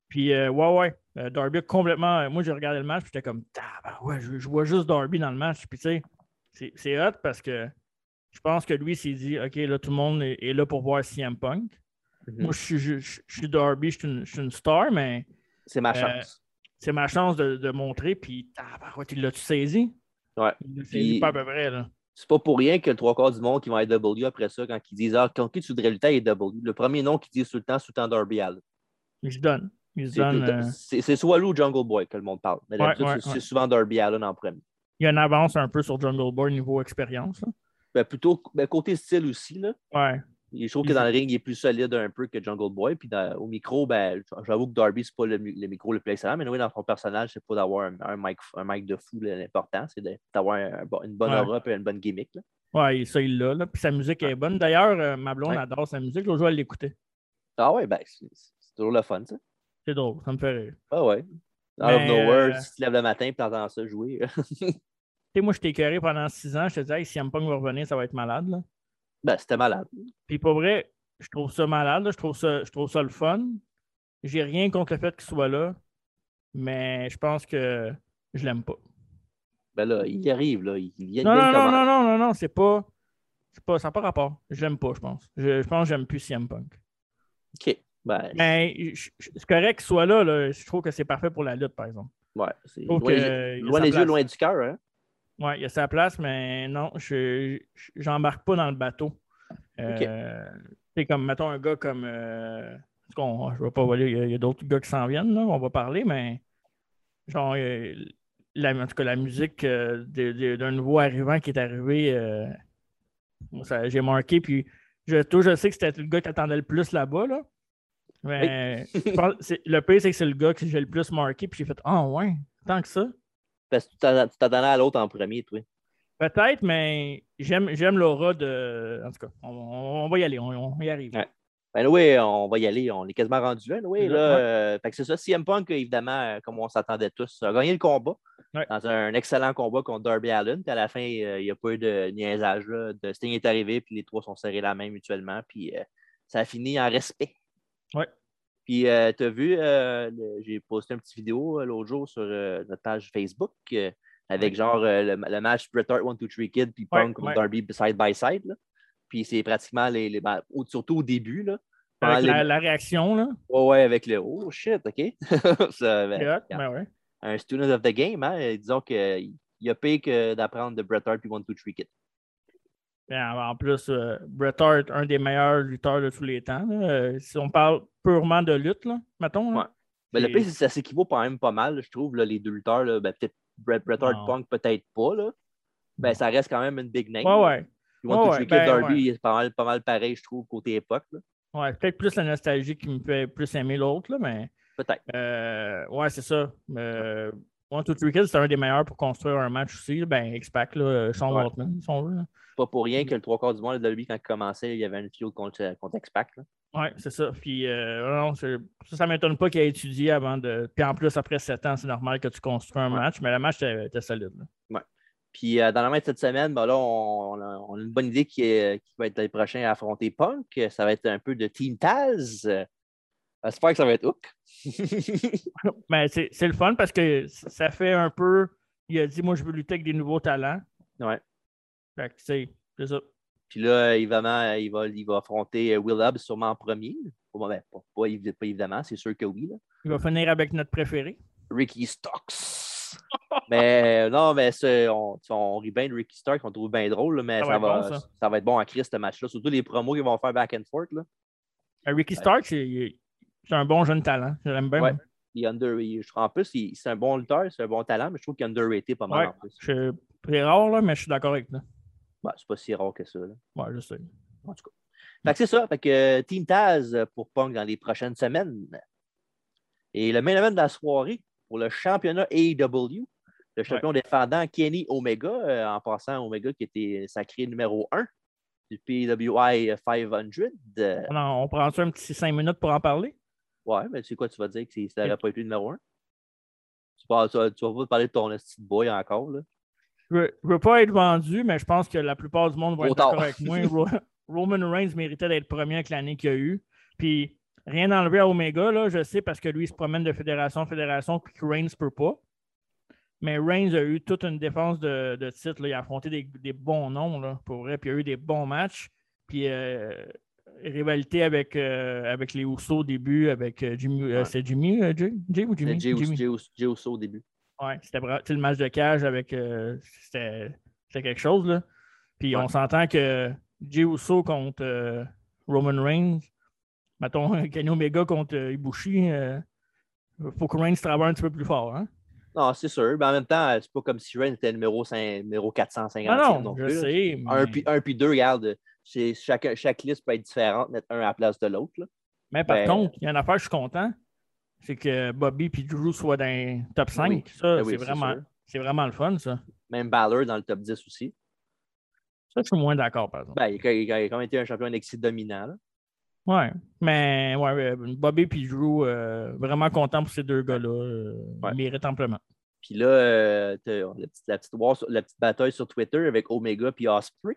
Speaker 2: Puis euh, ouais, ouais. euh, Darby a complètement. euh, moi, j'ai regardé le match, puis j'étais comme, ouais, je, je vois juste Darby dans le match. Puis tu sais, c'est- c'est hot parce que je pense que lui s'est dit, OK, là, tout le monde est, est là pour voir CM Punk.
Speaker 1: Mhm.
Speaker 2: Moi, je suis- je- je- je suis Darby, je suis une- je suis une star, mais.
Speaker 1: C'est ma
Speaker 2: Euh,
Speaker 1: chance.
Speaker 2: c'est ma chance de, de montrer, puis tabarouette, il l'a-tu saisi?
Speaker 1: Ouais.
Speaker 2: Il l'a
Speaker 1: Puis-
Speaker 2: saisi pas à peu près, là.
Speaker 1: C'est pas pour rien que le trois quarts du monde qui vont à W après ça, quand ils disent Ah, quand qui tu voudrais lutter à W, le premier nom qu'ils disent tout le temps, sous le temps Darby Allin.
Speaker 2: Il se donne. Il se
Speaker 1: C'est tout
Speaker 2: donne.
Speaker 1: le temps-
Speaker 2: euh,
Speaker 1: C'est c'est soit lui ou Jungle Boy que le monde parle. Mais
Speaker 2: Ouais,
Speaker 1: d'habitude,
Speaker 2: ouais,
Speaker 1: c'est
Speaker 2: ouais.
Speaker 1: c'est souvent Darby Allin en premier.
Speaker 2: il y a une avance un peu sur Jungle Boy niveau expérience. là.
Speaker 1: Ben, plutôt ben, côté style aussi, là.
Speaker 2: Ouais.
Speaker 1: Je trouve que dans le ring, il est plus solide un peu que Jungle Boy. Puis dans- au micro, ben, j'avoue que Darby, c'est pas le, mi- le micro le plus excellent, mais oui, dans son personnage, c'est pas d'avoir un, un mic, un mic de fou là, l'important, c'est de- d'avoir un bon- une bonne
Speaker 2: Ouais.
Speaker 1: aura et une bonne gimmick. là.
Speaker 2: Ouais, ça, il l'a. là. Puis sa musique est bonne. D'ailleurs, euh, ma blonde
Speaker 1: Ouais.
Speaker 2: adore sa musique. L'autre jour, elle l'écoutait.
Speaker 1: Ah ouais, ben, c'est c'est toujours le fun, ça.
Speaker 2: C'est drôle, ça me fait rire.
Speaker 1: Ah ouais. Out of
Speaker 2: Mais,
Speaker 1: nowhere,
Speaker 2: euh,
Speaker 1: si tu te lèves le matin et t'entends ça jouer.
Speaker 2: Tu sais, moi, je t'ai écœuré pendant six ans. Je te disais, hey, si Punk va revenir, ça va être malade. Là.
Speaker 1: ben, c'était malade.
Speaker 2: Puis pour vrai, je trouve ça malade. là. Je, trouve ça, je trouve ça le fun. J'ai rien contre le fait qu'il soit là. Mais je pense que je l'aime pas.
Speaker 1: Ben là, il arrive, là. Il vient
Speaker 2: Non,
Speaker 1: il
Speaker 2: non,
Speaker 1: vient
Speaker 2: non,
Speaker 1: comment-
Speaker 2: non, non, non, non, c'est pas. C'est pas. Ça n'a pas rapport. Je l'aime pas, je pense. Je, je pense que j'aime plus CM Punk.
Speaker 1: OK. Ben,
Speaker 2: Mais je- je- c'est correct qu'il soit là, là. Je trouve que c'est parfait pour la lutte, par exemple.
Speaker 1: ouais. c'est
Speaker 2: Je trouve
Speaker 1: Loin,
Speaker 2: que,
Speaker 1: les-
Speaker 2: euh, il a
Speaker 1: loin
Speaker 2: sa
Speaker 1: des yeux,
Speaker 2: place.
Speaker 1: loin du cœur, hein.
Speaker 2: Ouais, il a sa place, mais non, je je- j'embarque pas dans le bateau. Euh, C'est comme, mettons, un gars comme. euh, en tout cas, on- je ne vais pas voler, il y a- il y a, d'autres gars qui s'en viennent, là, on va parler, mais. Genre, euh, la, en tout cas, la musique euh, de- de- d'un nouveau arrivant qui est arrivé, euh, moi, ça- j'ai marqué, puis je, toi, je sais que c'était le gars qui attendait le plus là-bas, là. Mais je pense- c'est- le pire, c'est que c'est le gars que j'ai le plus marqué, puis j'ai fait Ah, ouais, tant que ça.
Speaker 1: Parce que tu t'en- tu t'attendais à l'autre en premier, toi.
Speaker 2: Peut-être, mais j'aime j'aime l'aura de. En tout cas, on, on- on va y aller, on, on y arrive.
Speaker 1: Ouais. Ben oui, on va y aller. On est quasiment rendu là. Oui,
Speaker 2: Ouais.
Speaker 1: là. euh, fait que c'est ça. CM Punk, évidemment, euh, comme on s'attendait tous, a gagné le combat.
Speaker 2: Ouais.
Speaker 1: Dans un excellent combat contre Darby Allen. Puis à la fin, euh, il n'y a pas eu de niaisage. là. De Sting est arrivé, puis les trois sont serrés la main mutuellement. Puis euh, ça a fini en respect.
Speaker 2: Ouais.
Speaker 1: Puis euh, t'as vu, euh, le- j'ai posté une petite vidéo euh, l'autre jour sur euh, notre page Facebook euh, avec genre euh, le, le match Bret Hart 1, 2, 3 Kid puis
Speaker 2: Ouais,
Speaker 1: Punk contre
Speaker 2: ouais.
Speaker 1: Darby side by side. là. Puis c'est pratiquement les, les- ben, au- surtout au début, là, pendant
Speaker 2: Avec
Speaker 1: les-
Speaker 2: la, la réaction, là.
Speaker 1: Ouais, ouais, avec le oh shit, OK. Ça, ben,
Speaker 2: c'est hot,
Speaker 1: regarde,
Speaker 2: ben ouais.
Speaker 1: un student of the game, hein, euh, disons qu'il y a pire que d'apprendre de Bret Hart puis One Two Three Kid.
Speaker 2: Ben, en plus, euh, Bret Hart, un des meilleurs lutteurs de tous les temps. là. Euh, si on parle purement de lutte, là, mettons. là.
Speaker 1: Ouais. Mais Ben, le
Speaker 2: Et-
Speaker 1: pire, c'est que ça s'équivaut quand même pas mal, là, je trouve, là, les deux lutteurs. là, ben, peut-être Bret, Bret Hart
Speaker 2: Non.
Speaker 1: Punk, peut-être pas. Là. Ben, ça reste quand même une big name.
Speaker 2: ouais,
Speaker 1: là.
Speaker 2: ouais.
Speaker 1: Puis One
Speaker 2: Ouais,
Speaker 1: Two
Speaker 2: ouais,
Speaker 1: Three Kid,
Speaker 2: ben,
Speaker 1: Darby,
Speaker 2: ouais.
Speaker 1: c'est pas mal, pas mal pareil, je trouve, côté époque. là.
Speaker 2: Ouais, peut-être plus la nostalgie qui me fait plus aimer l'autre, là, mais.
Speaker 1: Peut-être.
Speaker 2: euh, ouais, c'est ça. Euh, One, Two, Three Kids, c'est un des meilleurs pour construire un match aussi. là. Ben, X-Pac, là, euh, Sean
Speaker 1: Ouais.
Speaker 2: Waltman, si on veut. là.
Speaker 1: Pas pour rien que le trois quarts du monde, le WWE, quand il commençait, il y avait une feud contre, euh, contre X-Pac. là.
Speaker 2: Ouais, c'est ça. Puis, euh, non, c'est- ça, ça m'étonne pas qu'il ait étudié avant de. Puis en plus, après 7 ans, c'est normal que tu construis un
Speaker 1: Ouais.
Speaker 2: match, mais le match était était solide. là.
Speaker 1: Puis euh, dans la main de cette semaine, ben là, on, on a, on a une bonne idée qui, est- qui va être les prochains à affronter Punk. Ça va être un peu de Team Taz. Euh, J'espère que ça va être Hook.
Speaker 2: Mais c'est c'est le fun parce que ça fait un peu. Il a dit, moi, je veux lutter avec des nouveaux talents.
Speaker 1: Ouais.
Speaker 2: Fait que, tu sais, c'est ça.
Speaker 1: Puis là, évidemment, il va, il va affronter euh, Will Hubbs sûrement en premier. Pas, ben, pas, pas évi- pas évidemment, c'est sûr que oui. là.
Speaker 2: Il va finir avec notre préféré.
Speaker 1: Ricky Stocks. mais euh, non, mais c'est- on, on rit bien de Ricky Stocks, on le trouve bien drôle, là, mais
Speaker 2: Ça
Speaker 1: ça,
Speaker 2: va
Speaker 1: va,
Speaker 2: être bon, ça.
Speaker 1: ça. va être bon en crise ce match-là. Surtout les promos qu'ils vont faire back and forth. Là.
Speaker 2: Euh, Ricky
Speaker 1: Ouais.
Speaker 2: Stark, c'est c'est un bon jeune talent. Je l'aime bien.
Speaker 1: Ouais.
Speaker 2: moi.
Speaker 1: Il est under- il- je- en plus, il- c'est un bon lutteur, c'est un bon talent, mais je trouve qu'il est underrated pas mal
Speaker 2: Ouais.
Speaker 1: en plus.
Speaker 2: Je- C'est rare, là, mais je suis d'accord avec toi.
Speaker 1: Ben, c'est pas si rare que ça. là.
Speaker 2: Ouais, je sais.
Speaker 1: En tout cas. Fait que c'est ça. Fait que euh, Team Taz euh, pour Punk dans les prochaines semaines. Et le main event de la soirée pour le championnat AEW, le champion défendant Kenny Omega, euh, en passant Omega qui était sacré numéro 1 du PWI 500. Euh,
Speaker 2: On, en- on prend ça un petit 5 minutes pour en parler?
Speaker 1: ouais, mais c'est quoi tu vas dire que c'est- ça n'aurait pas été le numéro 1? Tu, parles- tu vas- tu vas pas parler de ton petit boy encore, là.
Speaker 2: Je veux, je veux pas être vendu, mais je pense que la plupart du monde va
Speaker 1: Trop
Speaker 2: être d'accord
Speaker 1: tard.
Speaker 2: avec moi. Ro- Roman Reigns méritait d'être premier avec l'année qu'il a eue. Puis rien d'enlever à Omega, là, je sais parce que lui, il se promène de fédération en fédération, puis que Reigns ne peut pas. Mais Reigns a eu toute une défense de, de titre. là. Il a affronté des, des bons noms, là, pour vrai, puis il a eu des bons matchs. Puis euh, rivalité avec, euh, avec les Housseaux au début, avec euh, Jimmy. euh,
Speaker 1: Ouais.
Speaker 2: C'est Jimmy, euh, Jay? Jay ou Jimmy?
Speaker 1: C'était Jay Uso-
Speaker 2: Jimmy.
Speaker 1: Jay Uso- Jay Uso au début.
Speaker 2: Ouais, c'était bra- tu sais, le match de cage avec. euh, c'était c'était quelque chose, là. Puis
Speaker 1: Ouais.
Speaker 2: on s'entend que Jey Uso contre euh, Roman Reigns, mettons Kenny Omega contre euh, Ibushi, euh, faut que Reigns travaille un petit peu plus fort. Hein?
Speaker 1: Non, c'est sûr. Mais en même temps, euh, c'est pas comme si Reign était numéro, cin- numéro 450.
Speaker 2: Ah non, je
Speaker 1: plus, là.
Speaker 2: sais. Mais,
Speaker 1: Un puis, un puis deux, regarde, c'est- chaque, chaque liste peut être différente, mettre un à la place de l'autre. là.
Speaker 2: mais par
Speaker 1: ben-
Speaker 2: contre, il y a une affaire, je suis content, c'est que Bobby et Drew soient dans les top 5.
Speaker 1: Oui.
Speaker 2: Ça,
Speaker 1: Ben oui,
Speaker 2: c'est vraiment,
Speaker 1: sûr.
Speaker 2: c'est vraiment le fun, ça.
Speaker 1: Même Balor dans le top 10 aussi.
Speaker 2: Ça, je suis moins d'accord, par exemple.
Speaker 1: Ben, il, a, il a quand même été un champion NXT dominant. là.
Speaker 2: Ouais, mais ouais, euh, Bobby et Drew, euh, vraiment content pour ces deux gars-là. euh,
Speaker 1: Ouais.
Speaker 2: Ils méritent amplement.
Speaker 1: Puis là, euh, t'as la petite, la petite war sur- la petite bataille sur Twitter avec Omega puis Osprey.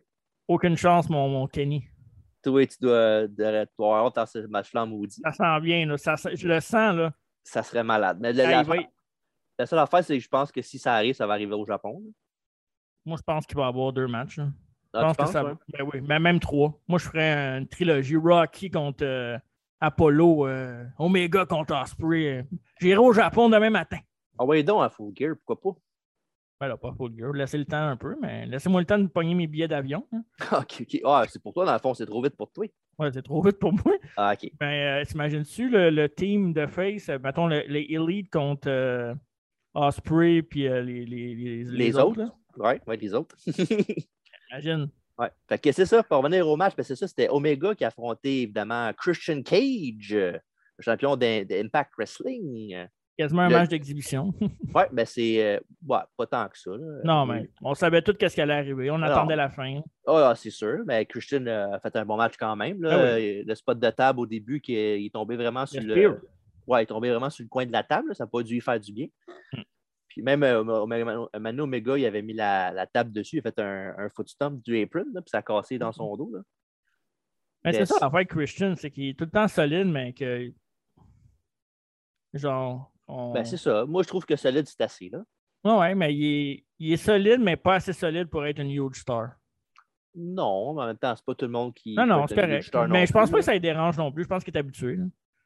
Speaker 2: Aucune chance, mon, mon Kenny.
Speaker 1: Toi, tu dois, dois avoir honte dans ce match-là en maudit.
Speaker 2: Ça s'en vient, là. Ça, ça- je le sens, là.
Speaker 1: Ça serait malade. Mais
Speaker 2: Ah,
Speaker 1: la,
Speaker 2: il
Speaker 1: la-
Speaker 2: va y-
Speaker 1: la seule affaire, c'est que je pense que si ça arrive, ça va arriver au Japon.
Speaker 2: Moi, je pense qu'il va y avoir deux matchs. là.
Speaker 1: Ah,
Speaker 2: je pense
Speaker 1: tu penses,
Speaker 2: que ça
Speaker 1: ouais?
Speaker 2: ben oui, mais même trois. Moi, je ferais une trilogie Rocky contre euh, Apollo, euh, Omega contre Osprey. J'irai au Japon demain matin.
Speaker 1: Ah ouais, donc à Full Gear, pourquoi
Speaker 2: Ben là, pas full gear. Laissez le temps un peu, mais laissez-moi le temps de pogner mes billets d'avion. hein.
Speaker 1: pas? ok, ok. Ah, c'est pour toi, dans le fond, c'est trop vite pour toi.
Speaker 2: Ouais, c'est trop vite pour moi.
Speaker 1: Ah, ok.
Speaker 2: Ben, euh, t'imagines-tu le, le team de Face, euh, mettons le- les Elite contre euh, Osprey puis euh, les, les, les,
Speaker 1: Les
Speaker 2: autres? là?
Speaker 1: Ouais, ouais, les autres.
Speaker 2: Imagine.
Speaker 1: ouais. Fait que c'est ça, pour revenir au match, parce que c'est ça, c'était Omega qui a affronté évidemment Christian Cage, euh, le champion d'I- d'Impact Wrestling.
Speaker 2: Quasiment un
Speaker 1: Le-
Speaker 2: match d'exhibition.
Speaker 1: Ouais, ben c'est. euh, ouais, pas tant que ça. là.
Speaker 2: non, mais on savait tout qu'est-ce qui allait arriver. On attendait la fin.
Speaker 1: Ah, c'est sûr. Mais Christian euh, a fait un bon match quand même. là.
Speaker 2: Ah
Speaker 1: Euh, Le spot de table au début, qui est- il est tombé vraiment sur
Speaker 2: Le
Speaker 1: le.
Speaker 2: spear.
Speaker 1: Ouais, il est tombé vraiment sur le coin de la table. là. Ça n'a pas dû lui faire du bien.
Speaker 2: Hmm.
Speaker 1: Puis même euh, Manu Manu Omega, il avait mis la, la table dessus. Il a fait un, un foot stomp du apron, là, puis ça a cassé dans
Speaker 2: Hmm.
Speaker 1: son dos. là.
Speaker 2: Mais c'est
Speaker 1: Yes.
Speaker 2: ça l'affaire de Christian, c'est qu'il est tout le temps solide, mais que. Genre. On...
Speaker 1: Ben, c'est ça. Moi, je trouve que solide, c'est assez. Là.
Speaker 2: Ouais, ouais, mais il est, il est solide, mais pas assez solide pour être une huge star.
Speaker 1: Non, mais en même temps, c'est pas tout le monde qui.
Speaker 2: non, non,
Speaker 1: peut être
Speaker 2: c'est
Speaker 1: un huge
Speaker 2: correct.
Speaker 1: star
Speaker 2: Mais
Speaker 1: non
Speaker 2: je pense
Speaker 1: plus,
Speaker 2: pas
Speaker 1: là.
Speaker 2: que ça le dérange non plus. Je pense qu'il est habitué. là.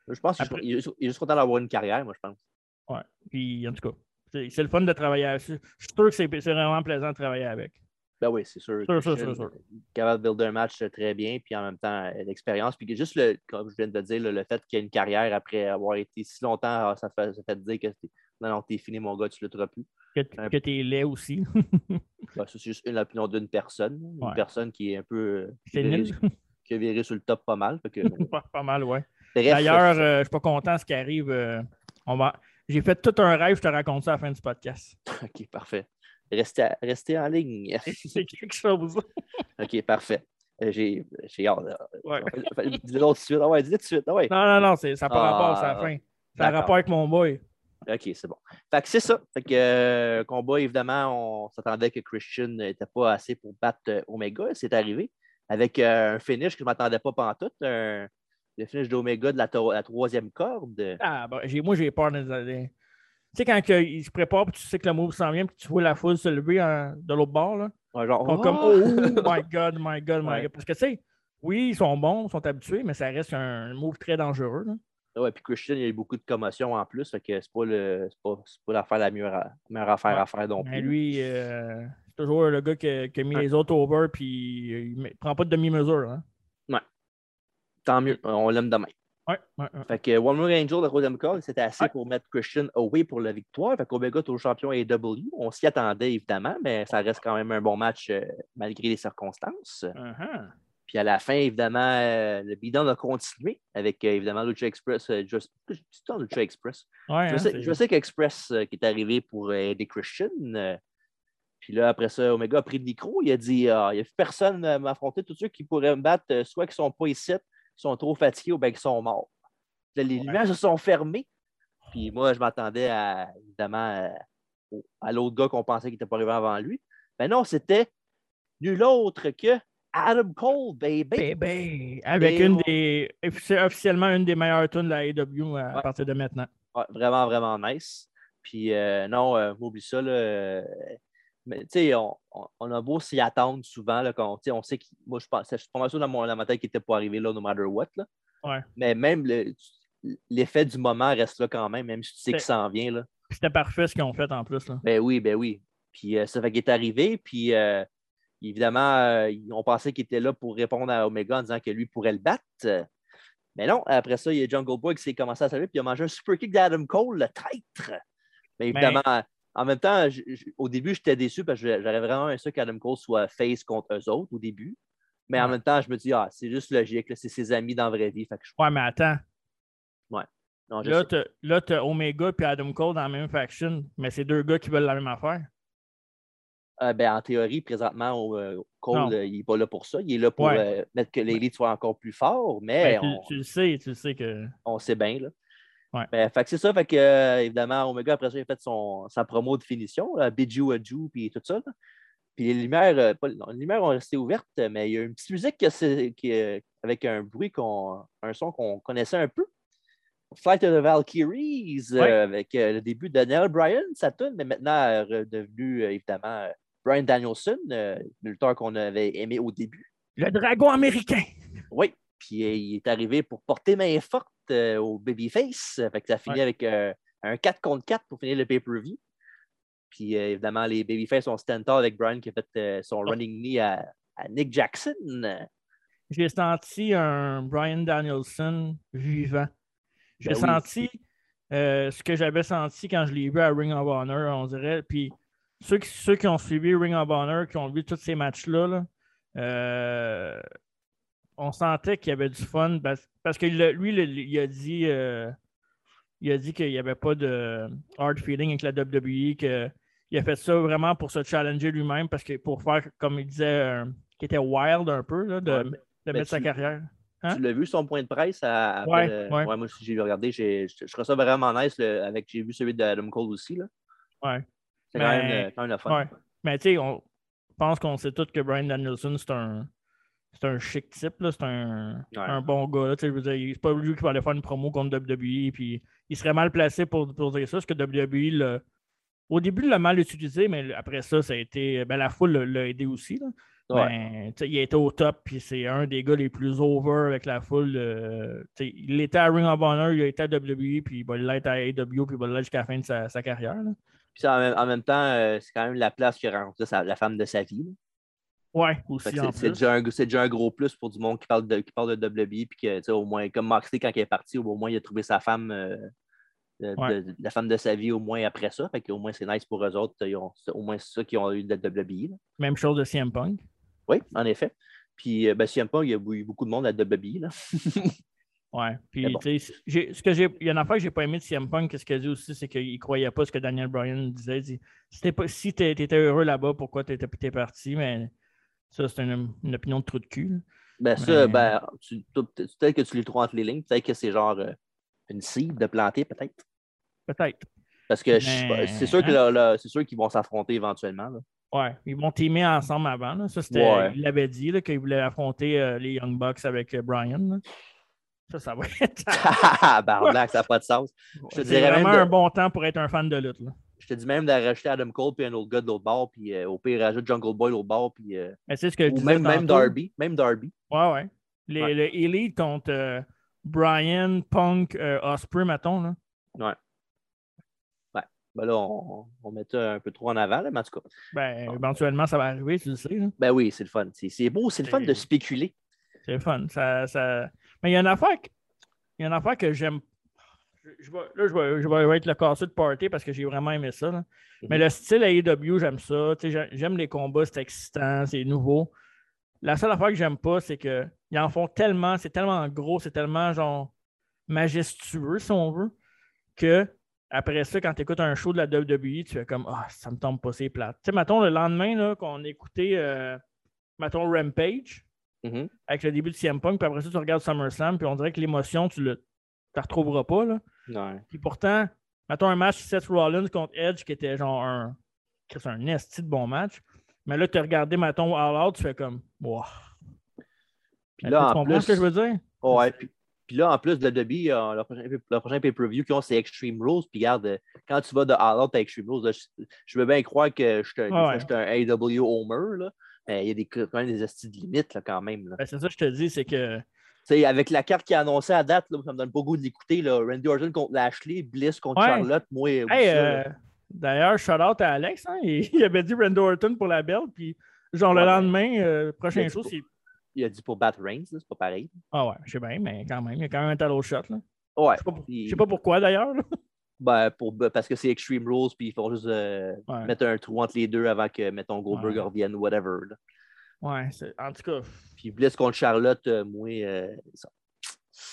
Speaker 1: Je pense qu'il
Speaker 2: Après-
Speaker 1: il est juste- il est juste content d'avoir une carrière, moi, je pense.
Speaker 2: Puis, en tout cas, c'est c'est le fun de travailler avec. Je suis sûr que c'est c'est vraiment plaisant de travailler avec.
Speaker 1: Ben oui, c'est sûr.
Speaker 2: Sûr, sûr,
Speaker 1: Christian,
Speaker 2: sûr, sûr.
Speaker 1: capable de builder un match euh, très bien, puis en même temps, euh, l'expérience. Puis que juste, le, comme je viens de le dire, le, le fait qu'il y a une carrière après avoir été si longtemps, ah, ça fait, ça fait dire que t'es- non, non, t'es fini, mon gars, tu lutteras plus.
Speaker 2: Que,
Speaker 1: Un-
Speaker 2: que t'es laid aussi.
Speaker 1: Ben, ça, c'est juste une opinion d'une personne, une
Speaker 2: Ouais.
Speaker 1: personne qui est un peu. euh, qui
Speaker 2: C'est
Speaker 1: a viré-
Speaker 2: nul.
Speaker 1: Qui a viré sur le top pas mal. Fait que, non.
Speaker 2: pas, pas mal, ouais.
Speaker 1: Bref,
Speaker 2: D'ailleurs,
Speaker 1: euh,
Speaker 2: euh, je suis pas content de ce qui arrive. euh, on va... J'ai fait tout un rêve, je te raconte ça à la fin du podcast.
Speaker 1: OK, parfait. Restez, à- restez en ligne.
Speaker 2: C'est quelque chose.
Speaker 1: OK, parfait. Euh, J'ai j'ai hâte. là.
Speaker 2: Ouais.
Speaker 1: Dis-le tout de suite. Ah ouais, dis-le tout de suite. Ah ouais.
Speaker 2: Non, non, non, c'est- ça n'a pas
Speaker 1: Ah,
Speaker 2: rapport, c'est à la fin. Ça a
Speaker 1: d'accord.
Speaker 2: rapport avec mon boy.
Speaker 1: OK, c'est bon. Fait que c'est ça. Fait que euh, combat, évidemment, on s'attendait que Christian n'était pas assez pour battre euh, Omega. C'est arrivé avec euh, un finish que je ne m'attendais pas pantoute. un- le finish d'Omega de la, to- la troisième corde.
Speaker 2: Ah, bah, j'ai- moi, j'ai peur des. des- Tu sais, quand que il se prépare, puis tu sais que le move s'en vient, puis tu vois la foule se lever hein, de l'autre bord, là.
Speaker 1: Ouais, genre,
Speaker 2: Ils sont comme,
Speaker 1: Ah!
Speaker 2: oh my God, my God, my
Speaker 1: Ouais.
Speaker 2: God. Parce que, tu sais, oui, ils sont bons, ils sont habitués, mais ça reste un move très dangereux. là.
Speaker 1: Ouais, puis Christian, il y a eu beaucoup de commotions en plus. Fait que c'est pas le c'est pas, c'est pas l'affaire la meilleure, à- meilleure affaire
Speaker 2: Ouais.
Speaker 1: à faire non
Speaker 2: Mais
Speaker 1: plus.
Speaker 2: lui, euh, c'est toujours le gars qui a, qui a mis
Speaker 1: Oh, Ouais.
Speaker 2: les autres over, puis euh, il ne prend pas de demi-mesure. Hein.
Speaker 1: Tant mieux, on l'aime demain.
Speaker 2: Ouais, ouais, ouais.
Speaker 1: Fait que One More Angel, la troisième corde, c'était assez pour mettre Christian away pour la victoire. Fait qu'Omega est au champion AEW. On s'y attendait évidemment, mais ça reste quand même un bon match euh, malgré les circonstances.
Speaker 2: Uh-huh.
Speaker 1: Puis à la fin, évidemment, euh, le bidon a continué avec euh, évidemment Lucha Express. euh, Just... tout le temps Lucha Express.
Speaker 2: Ouais,
Speaker 1: Je
Speaker 2: hein,
Speaker 1: sais,
Speaker 2: c'est-
Speaker 1: je sais qu'Express euh, qui est arrivé pour euh, aider Christian. euh, puis là, après ça, Omega a pris le micro. Il a dit Ah, il n'y a plus personne à m'affronter. Tous ceux qui pourraient me battre, euh, soit qu'ils ne sont pas ici, qu'ils sont trop fatigués ou bien qu'ils sont morts. Là, les
Speaker 2: Ouais.
Speaker 1: lumières se sont fermées. Puis moi, je m'attendais à, évidemment euh, au- à l'autre gars qu'on pensait qu'il n'était pas arrivé avant lui. Mais non, c'était nul autre que Adam Cole, baby.
Speaker 2: Ben Bébé, avec
Speaker 1: Et
Speaker 2: une
Speaker 1: on-
Speaker 2: des. offici- Officiellement une des meilleures tunes de la AEW à
Speaker 1: Ouais.
Speaker 2: partir de maintenant.
Speaker 1: Ouais, vraiment, vraiment nice. Puis euh, non, euh, oublie ça, là, euh, Mais tu sais, on, on- on a beau s'y attendre souvent, là, qu'on- tu sais, on sait que moi je pense, je suis pas mal sûr dans, mon, dans ma tête qu'il était pour arriver là, no matter what. là.
Speaker 2: Ouais.
Speaker 1: Mais même le- l'effet du moment reste là quand même, même si tu sais
Speaker 2: Ben-
Speaker 1: qu'il s'en vient. Là.
Speaker 2: Puis C'était parfait ce qu'ils ont fait en plus. Là.
Speaker 1: Ben oui, ben oui. Puis euh, ça fait qu'il est arrivé, puis euh, évidemment, euh, on pensait qu'il était là pour répondre à Omega en disant que lui pourrait le battre. Mais non, après ça, il y a Jungle Boy qui s'est commencé à saluer, puis il a mangé un super kick d'Adam Cole, le traître. Mais
Speaker 2: Ben.
Speaker 1: évidemment, en même temps, je- je- au début, j'étais déçu parce que j'aurais vraiment aimé ça qu'Adam Cole soit face contre eux autres au début. Mais en
Speaker 2: Ouais.
Speaker 1: même temps, je me dis, ah, c'est juste logique, là, c'est ses amis dans la vraie vie. Fait que je-
Speaker 2: Ouais, mais attends.
Speaker 1: non, je
Speaker 2: Là,
Speaker 1: sais.
Speaker 2: t'as- Là, t'as Omega puis Adam Cole dans la même faction, mais c'est deux gars qui veulent la même affaire.
Speaker 1: Euh, ben, en théorie, présentement, au- euh,
Speaker 2: Non.
Speaker 1: Cole, euh, il n'est pas là pour ça. Il est là pour
Speaker 2: Ouais.
Speaker 1: euh, mettre que les leads soient encore plus forts, mais
Speaker 2: Ben, tu,
Speaker 1: Eh, on,
Speaker 2: tu le sais, tu le sais que.
Speaker 1: on sait bien. Là.
Speaker 2: Ouais.
Speaker 1: Ben, fait que c'est ça, fait que, euh, évidemment, Omega, après ça, il a fait son, sa promo de finition, là, Biju Aju, puis tout ça. là. Puis les lumières, euh, pas- non, les lumières ont resté ouvertes, mais il y a une petite musique que c'est- qui, euh, avec un bruit, qu'on, un son qu'on connaissait un peu. Flight of the Valkyries, euh,
Speaker 2: Ouais.
Speaker 1: avec euh, le début de Daniel Bryan, sa tune, mais maintenant euh, redevenu, euh, évidemment, euh, Brian Danielson, euh, le lutteur qu'on avait aimé au début.
Speaker 2: Le dragon américain!
Speaker 1: Oui. Puis euh, il est arrivé pour porter main forte euh, au Babyface. Euh, Fait que ça finit
Speaker 2: Ouais.
Speaker 1: avec euh, un 4 contre 4 pour finir le pay-per-view. Puis euh, évidemment, les Babyface ont stand-out avec Brian qui a fait euh, son running knee à, à Nick Jackson. Ben
Speaker 2: J'ai senti un Brian Danielson vivant. J'ai
Speaker 1: Ben oui.
Speaker 2: senti euh, ce que j'avais senti quand je l'ai vu à Ring of Honor, on dirait. Puis ceux qui, ceux qui ont suivi Ring of Honor, qui ont vu tous ces matchs-là, là, euh, on sentait qu'il y avait du fun parce, parce que le- lui, le- il a dit euh, il a dit qu'il n'y avait pas de hard feeling avec la WWE, qu'il a fait ça vraiment pour se challenger lui-même parce que pour faire, comme il disait, euh, qu'il était wild un peu là, de,
Speaker 1: Ouais,
Speaker 2: de
Speaker 1: ben
Speaker 2: mettre sa
Speaker 1: tu-
Speaker 2: carrière. Hein?
Speaker 1: Tu l'as vu son point de presse à, après
Speaker 2: Ouais,
Speaker 1: le-
Speaker 2: ouais.
Speaker 1: moi aussi j'ai regardé. J'ai- je, je trouve ça vraiment nice le- avec j'ai vu celui d'Adam Cole aussi. Là.
Speaker 2: Ouais.
Speaker 1: C'est quand,
Speaker 2: Mais-
Speaker 1: même, euh, quand même le fun.
Speaker 2: Ouais. Mais tu sais, on pense qu'on sait tous que Brian Danielson, c'est un, c'est un chic type, là, c'est un,
Speaker 1: Ouais.
Speaker 2: un bon gars. là, tu sais, je veux dire, il- c'est pas lui qui va aller faire une promo contre WWE. Puis il serait mal placé pour, pour dire ça, parce que WWE, l'a- au début, l'a mal utilisé, mais après ça, ça a été. Ben, la foule l'a- l'a aidé aussi. là.
Speaker 1: Ouais.
Speaker 2: Ben, tu sais, il était au top, puis c'est un des gars les plus over avec la foule. euh, tu sais, il était à Ring of Honor, il a été à WWE, puis il va l'être à AW, puis il va l'être jusqu'à la fin de sa, sa carrière. là.
Speaker 1: Puis ça, en, même, en même temps, euh, c'est quand même la place qu'il a rencontré sa- la femme de sa vie. là.
Speaker 2: Ouais,
Speaker 1: Fait
Speaker 2: aussi
Speaker 1: que
Speaker 2: en
Speaker 1: c'est- C'est
Speaker 2: plus.
Speaker 1: déjà, un- c'est déjà un gros plus pour du monde qui parle de, qui parle de WWE. Puis que, tu sais, au moins, comme Moxley, quand il est parti, au moins, il a trouvé sa femme, euh, de-
Speaker 2: Ouais.
Speaker 1: de- la femme de sa vie, au moins après ça. Fait que, au moins, c'est nice pour eux autres. Ils ont- c'est au moins, c'est ça qu'ils ont eu de la WWE. là.
Speaker 2: Même chose de CM Punk.
Speaker 1: Oui, en effet. Puis, euh, ben, si pas, il y a eu beaucoup de monde à WWE. Là.
Speaker 2: Ouais. Puis,
Speaker 1: Mais bon.
Speaker 2: tu sais, j'ai- ce que j'ai. Il y a une affaire que j'ai pas aimé de CM Punk, qu'est-ce qu'il a dit aussi, c'est qu'il croyait pas ce que Daniel Bryan disait. Il dit si t'es pas- si t'es- t'étais heureux là-bas, pourquoi t'étais t'es parti? Mais ça, c'est une, une opinion de trou de cul. là.
Speaker 1: Ben, ça,
Speaker 2: Mais-
Speaker 1: ben, tu- tu- peut-être que tu les trouves entre les lignes. Peut-être que c'est genre euh, une cible de planter, peut-être.
Speaker 2: Peut-être.
Speaker 1: Parce que je suis pas-
Speaker 2: Mais-
Speaker 1: c'est sûr que là- là, c'est sûr qu'ils vont s'affronter éventuellement. là.
Speaker 2: Ouais. Ils vont teamer ensemble avant. là. Ça, c'était.
Speaker 1: Ouais.
Speaker 2: Il l'avait dit là, qu'il voulait affronter euh, les Young Bucks avec euh, Bryan. là. Ça, ça va être. Ah.
Speaker 1: Barnac, ça n'a pas de sens. te
Speaker 2: C'est
Speaker 1: dirais même
Speaker 2: vraiment
Speaker 1: de-
Speaker 2: un bon temps pour être un fan de lutte. là.
Speaker 1: Je te dis même de rajouter Adam Cole puis un autre gars de l'autre bord, puis euh, au pire, rajoute Jungle Boy de l'autre bord, puis euh,
Speaker 2: Mais c'est ce que je
Speaker 1: ou
Speaker 2: disais
Speaker 1: même, même
Speaker 2: tantôt.
Speaker 1: Darby, même Darby.
Speaker 2: Ouais, ouais. Les,
Speaker 1: Ouais.
Speaker 2: Le Elite contre euh, Brian, Punk, euh, Osprey, mettons. Là.
Speaker 1: Ben là, on, on met ça un peu trop en avant, là, mais en tout cas.
Speaker 2: Ben,
Speaker 1: Bon.
Speaker 2: éventuellement, ça va arriver, tu le sais. là.
Speaker 1: Ben oui, c'est le fun. C'est- C'est beau, c'est le fun de
Speaker 2: C'est-
Speaker 1: spéculer.
Speaker 2: C'est le fun. Ça, ça- Mais il y a une affaire que, il y a une affaire que j'aime. Je- je vais- là, je vais, je vais être le casseur de party parce que j'ai vraiment aimé ça. là. Mais le style AEW, j'aime ça. Tu sais, j'a- J'aime les combats, c'est excitant, c'est nouveau. La seule affaire que j'aime pas, c'est que ils en font tellement, c'est tellement gros, c'est tellement genre majestueux, si on veut, que après ça, quand tu écoutes un show de la WWE, tu fais comme Ah, ça me tombe pas, c'est plate. Tu sais, mettons, le lendemain, là, qu'on écoutait, euh, mettons, Rampage,
Speaker 1: Mhm.
Speaker 2: avec le début de CM Punk, puis après ça, tu regardes SummerSlam, puis on dirait que l'émotion, tu ne la retrouveras pas, là.
Speaker 1: Ouais.
Speaker 2: Puis pourtant, mettons un match Seth Rollins contre Edge qui était genre un, que c'est un esti de bon match. Mais là, tu as regardé, mettons, All Out, tu fais comme, wow.
Speaker 1: Puis
Speaker 2: Tu
Speaker 1: là, en
Speaker 2: comprends
Speaker 1: plus,
Speaker 2: ce que je veux dire?
Speaker 1: ouais, puis, Puis là, en plus de Debbie, euh, leur prochain, leur prochain pay-per-view qu'ils ont, c'est Extreme Rules. Puis regarde, euh, quand tu vas de All Out à Extreme Rules, là, je, je veux bien croire que je suis un,
Speaker 2: Ah ouais.
Speaker 1: je suis un AW Homer. là. Mais Il y a des, quand même des astuces de limite là, quand même. là.
Speaker 2: Ben, c'est ça que je te dis, c'est que.
Speaker 1: Tu sais, avec la carte qui a annoncée à date, là, ça me donne pas le goût de l'écouter. là. Randy Orton contre Lashley, Bliss contre
Speaker 2: Ouais.
Speaker 1: Charlotte, moi. oublie
Speaker 2: Hey,
Speaker 1: ça, là.
Speaker 2: euh, D'ailleurs, shout out à Alex, hein, il, il avait dit Randy Orton pour la belle, puis genre le
Speaker 1: Ouais, mais-
Speaker 2: lendemain, euh, prochain
Speaker 1: Mais
Speaker 2: show,
Speaker 1: c'est
Speaker 2: c'est.
Speaker 1: Il a dit pour battre Reigns, là, c'est pas pareil.
Speaker 2: Ah ouais, je sais bien, mais quand même, il y a quand même un talon shot. Là.
Speaker 1: Ouais.
Speaker 2: Je sais pas pour-
Speaker 1: puis-
Speaker 2: je sais pas pourquoi d'ailleurs. là.
Speaker 1: Ben, pour, ben, parce que c'est Extreme Rules, puis ils font juste euh,
Speaker 2: Ouais.
Speaker 1: mettre un trou entre les deux avant que, mettons, Goldberg
Speaker 2: Ouais.
Speaker 1: revienne, whatever. là.
Speaker 2: Ouais, c'est- en tout cas,
Speaker 1: Puis Bliss contre Charlotte, euh, moi, euh, ça-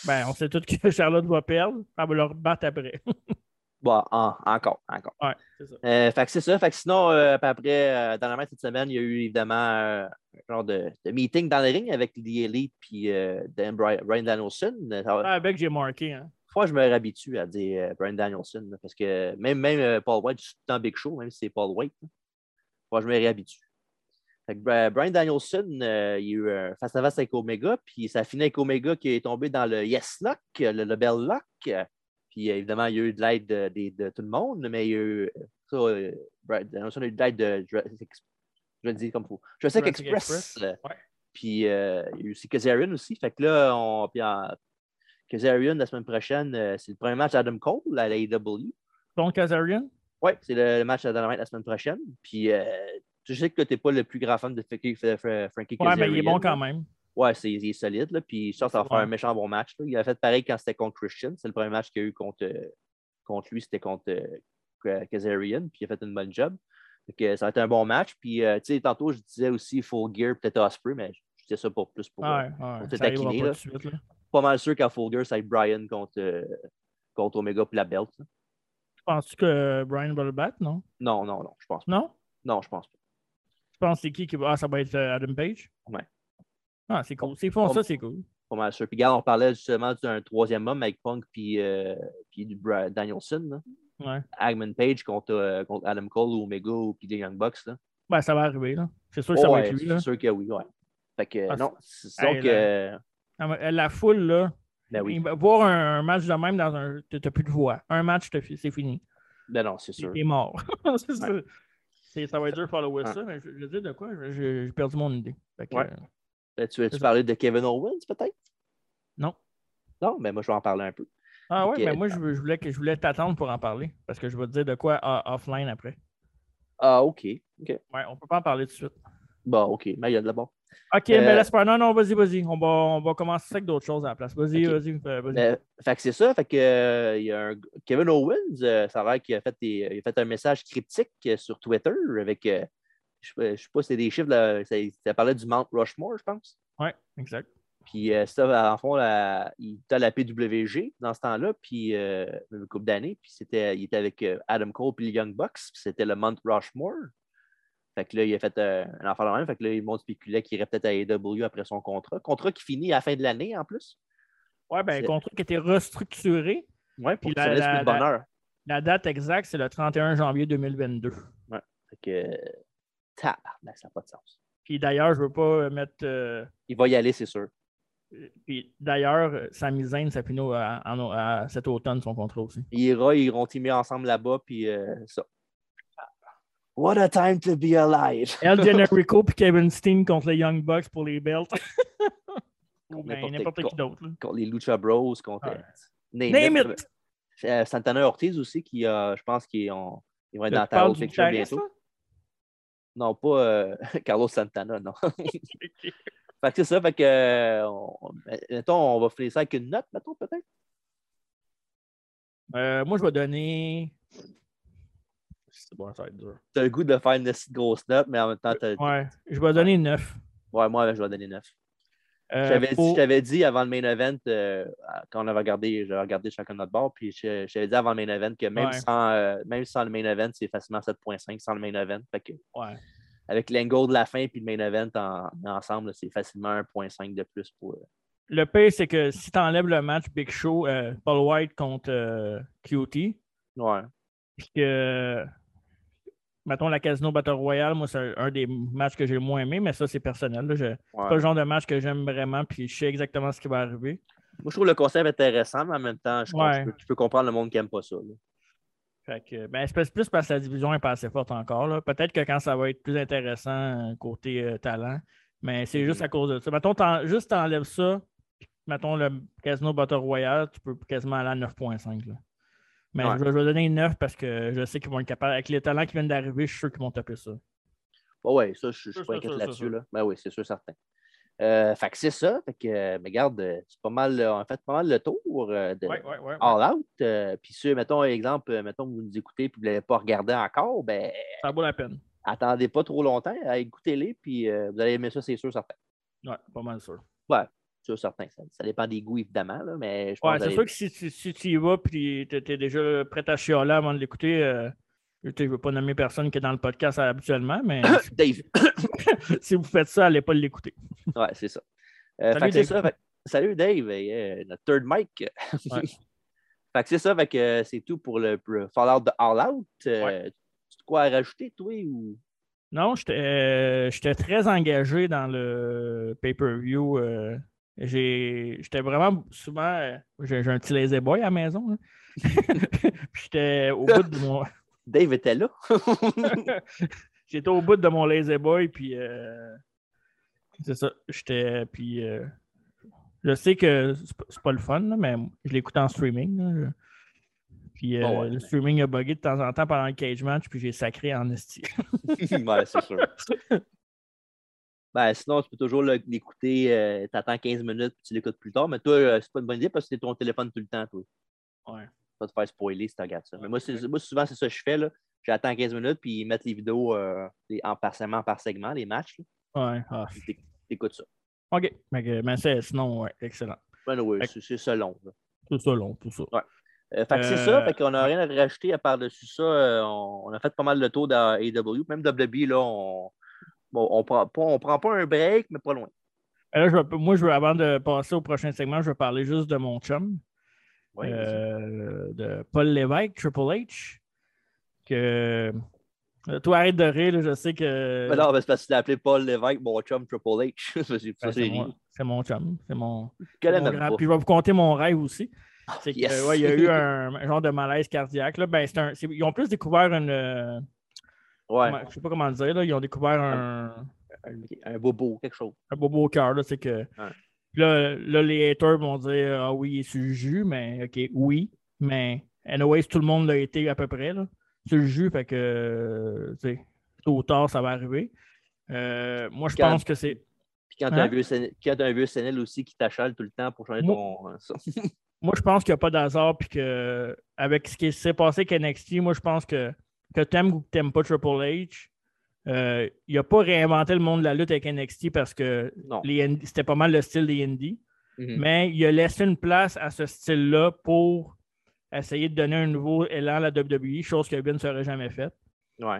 Speaker 2: ben, on sait tous que Charlotte va perdre. Elle va le rebattre après.
Speaker 1: bah, en- encore, encore.
Speaker 2: ouais, c'est ça.
Speaker 1: Euh, fait que c'est ça. Fait que sinon, euh, puis après, euh, dans la même cette semaine, il y a eu évidemment euh, un genre de, de meeting dans les rings avec The Elite puis euh, Dan- Bry- Brian Danielson. Euh, Ça va-
Speaker 2: Ah, avec j'ai marqué. Hein.
Speaker 1: Faut que je me réhabitue à dire euh, Brian Danielson, là, parce que même, même euh, Paul White, je suis tout le temps Big Show, même si c'est Paul White. là. Faut que je me réhabitue. Fait que, euh, Brian Danielson, euh, il y a eu un face-à-face avec Omega, puis ça a fini avec Omega qui est tombé dans le Yes Lock, euh, le, le Bell Lock. euh, Puis euh, évidemment, il y a eu de l'aide de, de- de tout le monde, mais il y a eu. ça, euh, Brian Danielson a eu de l'aide de. Jurassic Ex- Je le dis comme il faut. Jurassic
Speaker 2: Jurassic
Speaker 1: Express.
Speaker 2: Express,
Speaker 1: euh,
Speaker 2: ouais.
Speaker 1: Puis euh, il y a eu aussi Kazarian aussi. Fait que là, on, puis en- Kazarian, la semaine prochaine, euh, c'est le premier match d'Adam Cole à l'AEW.
Speaker 2: Donc, Kazarian.
Speaker 1: Oui, c'est le, le match à Dynamite la semaine prochaine. Puis, euh, je sais que tu n'es pas le plus grand fan de Frankie, de Fra- Frankie
Speaker 2: Ouais, mais il
Speaker 1: Kazarian,
Speaker 2: est bon
Speaker 1: là.
Speaker 2: quand même.
Speaker 1: Ouais, c'est, il est solide. Là, puis, je pense que ça va faire
Speaker 2: Ouais.
Speaker 1: un méchant bon match. là. Il a fait pareil quand c'était contre Christian. C'est le premier match qu'il y a eu contre, euh, contre lui, c'était contre euh, Ka- Kazarian. Puis, il a fait une bonne job. Fait que ça va être un bon match. Puis, euh, tu sais, tantôt, je disais aussi Full Gear, peut-être Osprey, mais je disais ça pour plus pour. euh,
Speaker 2: Ouais, ouais.
Speaker 1: s'est
Speaker 2: Ça arrivera
Speaker 1: taquiné,
Speaker 2: pas
Speaker 1: là.
Speaker 2: tout de suite. Là.
Speaker 1: pas mal sûr qu'à Full Gear, ça va être Brian contre, euh, contre Omega puis la belt. là.
Speaker 2: Penses-tu que Brian va le battre, non?
Speaker 1: Non, non, non, je pense pas.
Speaker 2: Non?
Speaker 1: Non, je pense pas.
Speaker 2: Tu penses c'est qui qui va. Ah, ça va être euh, Adam Page?
Speaker 1: Ouais.
Speaker 2: Ah, c'est cool. S'ils font
Speaker 1: On-
Speaker 2: ça, c'est cool.
Speaker 1: Pas mal sûr. Puis, regarde, on parlait justement d'un troisième homme avec Punk puis, euh, puis du Bra- Danielson. là.
Speaker 2: Ouais.
Speaker 1: Hagman Page contre, euh, contre Adam Cole ou Omega ou puis des Young Bucks. Là.
Speaker 2: Ben, ça va arriver, là. C'est sûr que ça
Speaker 1: Oh,
Speaker 2: va
Speaker 1: ouais,
Speaker 2: être lui,
Speaker 1: c'est
Speaker 2: là.
Speaker 1: sûr que oui, ouais. Fait que,
Speaker 2: Ah,
Speaker 1: non,
Speaker 2: c'est-
Speaker 1: donc,
Speaker 2: Hey, Ah, mais La foule, là.
Speaker 1: ben oui,
Speaker 2: il va- Voir un, un match de même dans un. T'as t'as plus de voix. Un match, t'as fi- c'est fini.
Speaker 1: ben non, c'est
Speaker 2: T'es
Speaker 1: sûr.
Speaker 2: t'es mort. C'est ça. C'est- Ça va être dur de follower ça, mais je, je veux dire de quoi? je- je- J'ai perdu mon idée. Fait que,
Speaker 1: Ouais.
Speaker 2: euh,
Speaker 1: Euh, Tu veux-tu
Speaker 2: c'est-
Speaker 1: parler de Kevin Owens, peut-être?
Speaker 2: Non.
Speaker 1: Non, mais moi, je vais en parler un peu.
Speaker 2: Ah ouais,
Speaker 1: Ok.
Speaker 2: mais moi je, veux- je voulais que je voulais t'attendre pour en parler. Parce que je vais te dire de quoi ah, offline après.
Speaker 1: Ah, OK. OK.
Speaker 2: Ouais, on peut pas en parler tout de suite.
Speaker 1: Bon, OK. Mais il y a de la barre.
Speaker 2: Ok,
Speaker 1: Euh,
Speaker 2: mais laisse pas. Non, non, vas-y, vas-y. On va, on va commencer ça avec d'autres choses à la place. Vas-y,
Speaker 1: Ok.
Speaker 2: vas-y, euh, vas-y.
Speaker 1: Mais, fait que c'est ça. Fait que, euh, il y a un- Kevin Owens, euh, ça a l'air qu'il a fait, des- il a fait un message cryptique euh, sur Twitter avec, euh, je ne sais pas si c'est des chiffres, là, ça, ça parlait du Mount Rushmore, je pense.
Speaker 2: Ouais, exact.
Speaker 1: Puis euh, ça, en fond, la, il était à la PWG dans ce temps-là, puis euh, une couple d'années, puis c'était, il était avec euh, Adam Cole puis les Young Bucks, puis c'était le Mount Rushmore. Fait que là, il a fait euh, un enfant de même, fait que là, le monde spéculait qu'il irait peut-être à AEW après son contrat. Contrat qui finit à la fin de l'année, en plus.
Speaker 2: Ouais, ben,
Speaker 1: C'est-
Speaker 2: contrat qui était restructuré.
Speaker 1: Ouais, pour
Speaker 2: Puis
Speaker 1: que
Speaker 2: la-
Speaker 1: ça laisse
Speaker 2: la-
Speaker 1: plus de bonheur.
Speaker 2: La date exacte, c'est le 31 janvier 2022.
Speaker 1: Fait que, tabarnak, ça n'a pas de sens.
Speaker 2: Puis d'ailleurs, je veux pas euh, mettre. euh,
Speaker 1: Il va y aller, c'est sûr.
Speaker 2: puis d'ailleurs, euh, Sami Zayn, ça finit au- à- en- à cet automne son contrat aussi.
Speaker 1: Il ira, ils iront teamer ensemble là-bas, puis euh, ça. What a time to be alive!
Speaker 2: El Generico puis Kevin Steen contre les Young Bucks pour les belts. Ou ben,
Speaker 1: N'importe
Speaker 2: n'importe qui
Speaker 1: quoi.
Speaker 2: d'autre. là.
Speaker 1: Contre les Lucha Bros, contre
Speaker 2: Ouais.
Speaker 1: Name
Speaker 2: Name
Speaker 1: it.
Speaker 2: it!
Speaker 1: Euh, Santana Ortiz aussi, qui a, je pense qu'ils ont- ils vont être dans
Speaker 2: Tu
Speaker 1: la Title
Speaker 2: parles du
Speaker 1: Picture
Speaker 2: guitariste,
Speaker 1: bientôt.
Speaker 2: là?
Speaker 1: Non, pas euh, Carlos Santana, non. fait que c'est ça, fait que, euh, on- mettons, on va finir ça avec une note, mettons, peut-être.
Speaker 2: Euh, moi, je vais donner. C'est bon, ça va être dur.
Speaker 1: T'as le goût de faire une grosse note, mais en même temps, t'as-
Speaker 2: Ouais, je vais donner 9.
Speaker 1: ouais, moi, je vais donner 9.
Speaker 2: Euh,
Speaker 1: J'avais dit, je t'avais dit avant le main event, euh, quand on avait regardé, j'avais regardé chacun de notre bord, puis je, je t'avais dit avant le main event que même,
Speaker 2: Ouais.
Speaker 1: sans, euh, même sans le main event, c'est facilement 7.5 sans le main event. Fait que
Speaker 2: Ouais.
Speaker 1: avec l'angle de la fin puis le main event en, ensemble, là, c'est facilement 1.5 de plus pour. euh,
Speaker 2: Le pire, c'est que si tu enlèves le match Big Show, euh, Paul White contre euh, Cutie,
Speaker 1: ouais.
Speaker 2: puis que. Mettons la Casino Battle Royale, moi, c'est un des matchs que j'ai le moins aimé, mais ça, c'est personnel. là. Je- C'est
Speaker 1: ouais.
Speaker 2: pas le genre de match que j'aime vraiment, puis je sais exactement ce qui va arriver.
Speaker 1: Moi, je trouve le concept intéressant, mais en même temps, je, pense que je
Speaker 2: Ouais.
Speaker 1: peux, je peux comprendre le monde qui n'aime pas ça. là.
Speaker 2: Fait que, ben, c'est peut-être plus parce que la division n'est pas assez forte encore. là. Peut-être que quand ça va être plus intéressant euh, côté euh, talent, mais c'est juste à cause de ça. Mettons, t'en- juste t'enlèves ça, puis mettons le Casino Battle Royale, tu peux quasiment aller à 9.5. là. Mais
Speaker 1: Ouais.
Speaker 2: je, vais- je vais donner 9 parce que je sais qu'ils vont être capables. Avec les talents qui viennent d'arriver, je suis sûr qu'ils vont taper ça.
Speaker 1: Oui, Bah ouais, ça, je ne suis
Speaker 2: Sûr,
Speaker 1: pas
Speaker 2: sûr,
Speaker 1: inquiète
Speaker 2: sûr,
Speaker 1: là-dessus.
Speaker 2: sûr, sûr.
Speaker 1: Là. Ben oui, c'est sûr, certain. Euh, fait que c'est ça. Fait que, euh, mais regarde, euh, c'est pas mal, euh, on a fait pas mal le tour euh, de
Speaker 2: Oui, oui, oui.
Speaker 1: All Out. euh, puis ceux, mettons, exemple, euh, mettons, vous nous écoutez et vous ne l'avez pas regardé encore, ben
Speaker 2: Ça vaut la peine.
Speaker 1: attendez pas trop longtemps, euh, écoutez-les, puis euh, vous allez aimer ça, c'est sûr, certain.
Speaker 2: Ouais, pas mal sûr.
Speaker 1: Sûr, certain. Ça, ça dépend des goûts, évidemment, là, mais je pense
Speaker 2: Ouais,
Speaker 1: que
Speaker 2: c'est
Speaker 1: vous
Speaker 2: sûr
Speaker 1: allez-
Speaker 2: que si tu, si tu y vas puis tu es, déjà prêt à chialer avant de l'écouter, euh, je ne veux pas nommer personne qui est dans le podcast habituellement, mais
Speaker 1: Dave.
Speaker 2: si vous faites ça, allez pas l'écouter.
Speaker 1: Ouais, c'est ça. Euh,
Speaker 2: Salut,
Speaker 1: fait que c'est
Speaker 2: Dave.
Speaker 1: ça. fait- Salut Dave, et, euh, notre third mic.
Speaker 2: Ouais.
Speaker 1: fait que c'est ça, fait que euh, c'est tout pour le, pour le Fallout de All Out. Euh, Tu as quoi à rajouter, toi? Ou...
Speaker 2: Non, j'étais euh, j'étais très engagé dans le pay-per-view. euh, j'ai- j'étais vraiment souvent. euh, J'ai j'ai un petit lazy boy à la maison. là. Puis j'étais au bout de mon.
Speaker 1: Dave était là.
Speaker 2: J'étais au bout de mon lazy boy, puis euh, c'est ça. J'étais. Puis euh, je sais que c'est pas- c'est pas le fun, là, mais je l'écoute en streaming. là. Puis euh,
Speaker 1: ouais,
Speaker 2: le
Speaker 1: mais-
Speaker 2: streaming a bugué de temps en temps pendant le cage match, puis j'ai sacré en esti.
Speaker 1: ouais, c'est sûr. Ben, sinon, tu peux toujours le- l'écouter, euh, t'attends 15 minutes, puis tu l'écoutes plus tard, mais toi, euh, c'est pas une bonne idée parce que c'est ton téléphone tout le temps, toi.
Speaker 2: Ouais.
Speaker 1: Tu vas te faire spoiler si tu regardes ça. Mais
Speaker 2: Ouais,
Speaker 1: moi, c'est- moi, souvent, c'est ça que je fais, là. J'attends 15 minutes, puis ils mettent les vidéos euh, les- en par segment, par segment, les matchs, là,
Speaker 2: Ouais. ah.
Speaker 1: puis t'éc- t'écoutes ça.
Speaker 2: OK. Fait que- Mais c'est- sinon, ouais, excellent.
Speaker 1: Ben, ouais,
Speaker 2: Fait-
Speaker 1: c'est- c'est ça long, là.
Speaker 2: Tout ça long, tout ça.
Speaker 1: Euh, fait que c'est
Speaker 2: Euh,
Speaker 1: ça, fait qu'on n'a rien à rajouter à part-dessus ça. euh, on, on a fait pas mal le tour d'AEW. Même WB, là, on, bon, on prend pas, on prend pas un break, mais pas loin.
Speaker 2: Et là, je vais- moi, je veux, avant de passer au prochain segment, je vais parler juste de mon chum,
Speaker 1: Ouais,
Speaker 2: euh, de Paul Lévesque, Triple H. Que... Euh, Toi, arrête de rire, là, je sais que.
Speaker 1: Mais Ben non, mais c'est parce que tu l'as appelé Paul Lévesque, mon chum Triple H. Ça, c'est- ça,
Speaker 2: Ben,
Speaker 1: c'est
Speaker 2: c'est
Speaker 1: rire.
Speaker 2: moi- c'est mon chum. C'est mon,
Speaker 1: Je connais
Speaker 2: mon
Speaker 1: même
Speaker 2: grand-
Speaker 1: pas. Ah,
Speaker 2: Puis je vais vous conter mon rêve aussi. C'est que,
Speaker 1: yes.
Speaker 2: ouais, il y a eu un, un genre de malaise cardiaque. là. Ben, c'est un- c'est- ils ont plus découvert une. euh,
Speaker 1: Ouais,
Speaker 2: comment- je sais pas comment le dire. là, Ils ont découvert un.
Speaker 1: ok, un bobo, quelque chose.
Speaker 2: un bobo au cœur, là, c'est que.
Speaker 1: Ouais.
Speaker 2: Là, là, les haters vont dire Ah oui, il est sur le jus, mais OK, oui. Mais anyways, tout le monde l'a été à peu près, là. Sur le jus, fait que euh, tu sais, tôt ou tard, ça va arriver. Euh, moi, je
Speaker 1: Quand-
Speaker 2: pense que c'est.
Speaker 1: Puis quand t'as un
Speaker 2: Hein?
Speaker 1: vieux Sénel- quand t'as un vieux Sénel aussi qui t'achale tout le temps pour changer
Speaker 2: Moi-
Speaker 1: ton. euh, ça.
Speaker 2: Moi, je pense qu'il n'y a pas d'hasard, puis que avec ce qui s'est passé avec NXT, moi, je pense que que t'aimes ou que t'aimes pas Triple H, euh, il n'a pas réinventé le monde de la lutte avec NXT parce que
Speaker 1: Non.
Speaker 2: les Ind- c'était pas mal le style des Indies.
Speaker 1: Mhm.
Speaker 2: Mm. Mais il a laissé une place à ce style-là pour essayer de donner un nouveau élan à la WWE, chose que Vince n'aurait jamais faite.
Speaker 1: Ouais.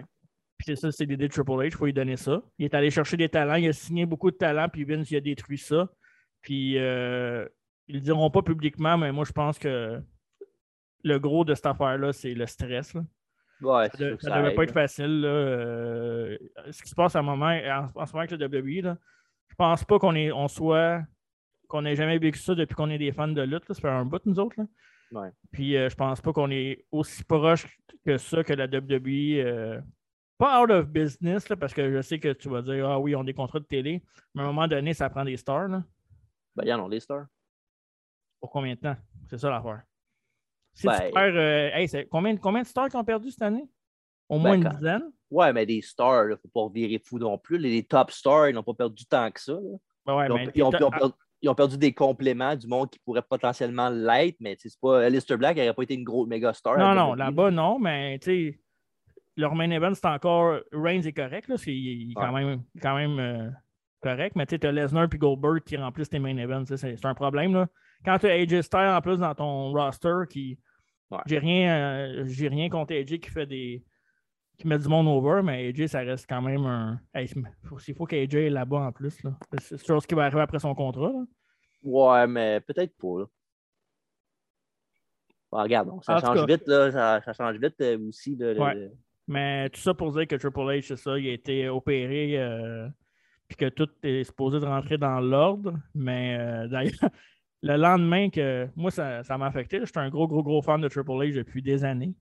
Speaker 2: Puis c'est ça, c'est l'idée de Triple H, il faut lui donner ça. Il est allé chercher des talents, il a signé beaucoup de talents, puis Vince il a détruit ça. Puis euh, ils le diront pas publiquement, mais moi je pense que le gros de cette affaire-là, c'est le stress. là.
Speaker 1: Ouais, c'est
Speaker 2: Ça
Speaker 1: sûr
Speaker 2: ne
Speaker 1: que ça
Speaker 2: devait
Speaker 1: aide,
Speaker 2: pas être
Speaker 1: là.
Speaker 2: facile. là, euh, ce qui se passe à un moment, en, en ce moment avec le WWE, là, je pense pas qu'on est- on soit qu'on ait jamais vécu ça depuis qu'on est des fans de lutte. là. Ça fait un bout, nous autres. là.
Speaker 1: Ouais.
Speaker 2: Puis euh, je pense pas qu'on est aussi proche que ça que la WWE. euh, pas out of business, là, parce que je sais que tu vas dire Ah oui, on a des contrats de télé. Mais à un moment donné, ça prend des stars. là.
Speaker 1: Ben, y'en ont des stars.
Speaker 2: Pour combien de temps C'est ça l'affaire. Si
Speaker 1: Ben-
Speaker 2: tu perds. euh, hey, c'est- combien, combien de stars qui ont perdu cette année Au
Speaker 1: Ben,
Speaker 2: moins une
Speaker 1: quand-
Speaker 2: dizaine
Speaker 1: Ouais, mais des stars, là, faut pas virer fou non plus. Les, les top stars, ils n'ont pas perdu tant que ça. là.
Speaker 2: Ben ouais,
Speaker 1: Ils ont,
Speaker 2: mais
Speaker 1: ils ont-
Speaker 2: t'as-
Speaker 1: ils ont perdu, ils ont perdu des compléments du monde qui pourrait potentiellement l'être, mais tu sais, c'est pas. Alistair Black n'aurait pas été une grosse méga star.
Speaker 2: Non,
Speaker 1: à
Speaker 2: non,
Speaker 1: WWE.
Speaker 2: là-bas, non, mais tu sais, leur main event, c'est encore. Reigns est correct, là, c'est, il il est quand même, quand même euh, correct, mais tu as Lesnar puis Goldberg qui remplissent tes main events, ça, c'est, c'est un problème, là. Quand tu as AJ Styles en plus dans ton roster, qui.
Speaker 1: Ouais.
Speaker 2: J'ai, rien, euh, j'ai rien contre AJ qui fait des. qui met du monde over, mais AJ, ça reste quand même un. Hey, c'est- faut- il faut qu'AJ est là-bas en plus, là. C'est, c'est chose qui va arriver après son contrat, là.
Speaker 1: Ouais, mais peut-être pas. là. Bon, regarde, donc, ça
Speaker 2: En tout
Speaker 1: change
Speaker 2: cas.
Speaker 1: vite, là, ça, ça change vite euh, aussi. là, le-
Speaker 2: Ouais.
Speaker 1: le-
Speaker 2: Mais tout ça pour dire que Triple H, c'est ça, il a été opéré, euh, puis que tout est supposé de rentrer dans l'ordre. Mais euh, d'ailleurs, le lendemain que. Moi, ça, ça m'a affecté. là. J'étais un gros, gros, gros fan de Triple H depuis des années.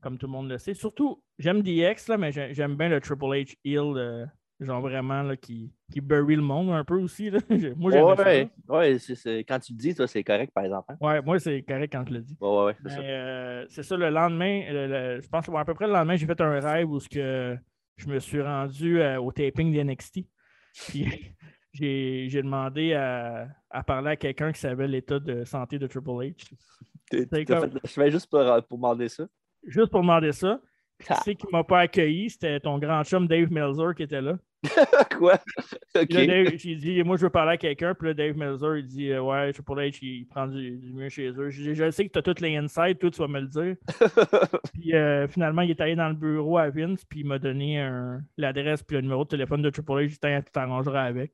Speaker 2: Comme tout le monde le sait. Surtout, j'aime DX, là, mais j'ai- j'aime bien le Triple H Hill, euh, genre vraiment là, qui, qui bury le monde un peu aussi. là. J'ai- Moi, j'aime
Speaker 1: Ouais, ouais, c'est- c'est- quand tu le dis, toi, c'est correct, par exemple. hein?
Speaker 2: Ouais, moi, c'est correct quand je le dis.
Speaker 1: Ouais, ouais, ouais, c'est ça.
Speaker 2: Mais, euh, C'est ça. le lendemain, le- le- je pense ouais, à peu près le lendemain, j'ai fait un rêve où ce que je me suis rendu euh, au taping d'NXT. Puis j'ai j'ai demandé à, à parler à quelqu'un qui savait l'état de santé de Triple H.
Speaker 1: T'es-
Speaker 2: c'est
Speaker 1: t'as
Speaker 2: comme-
Speaker 1: fait- Je fais juste pour, euh, pour demander ça.
Speaker 2: Juste pour demander ça. Qui
Speaker 1: Ah.
Speaker 2: c'est qui m'a pas accueilli? C'était ton grand chum Dave Melzer qui était là.
Speaker 1: Quoi? OK.
Speaker 2: Puis là, Dave, j'ai dit, moi, je veux parler à quelqu'un. Puis là, Dave Melzer, il dit, euh, ouais, Triple H, il prend du, du mieux chez eux. J'ai dit, je sais que tu as toutes les insights, toi, tu vas me le dire. Puis euh, finalement, il est allé dans le bureau à Vince, puis il m'a donné un- l'adresse puis le numéro de téléphone de Triple H. J'ai dit, tu t'arrangeras avec.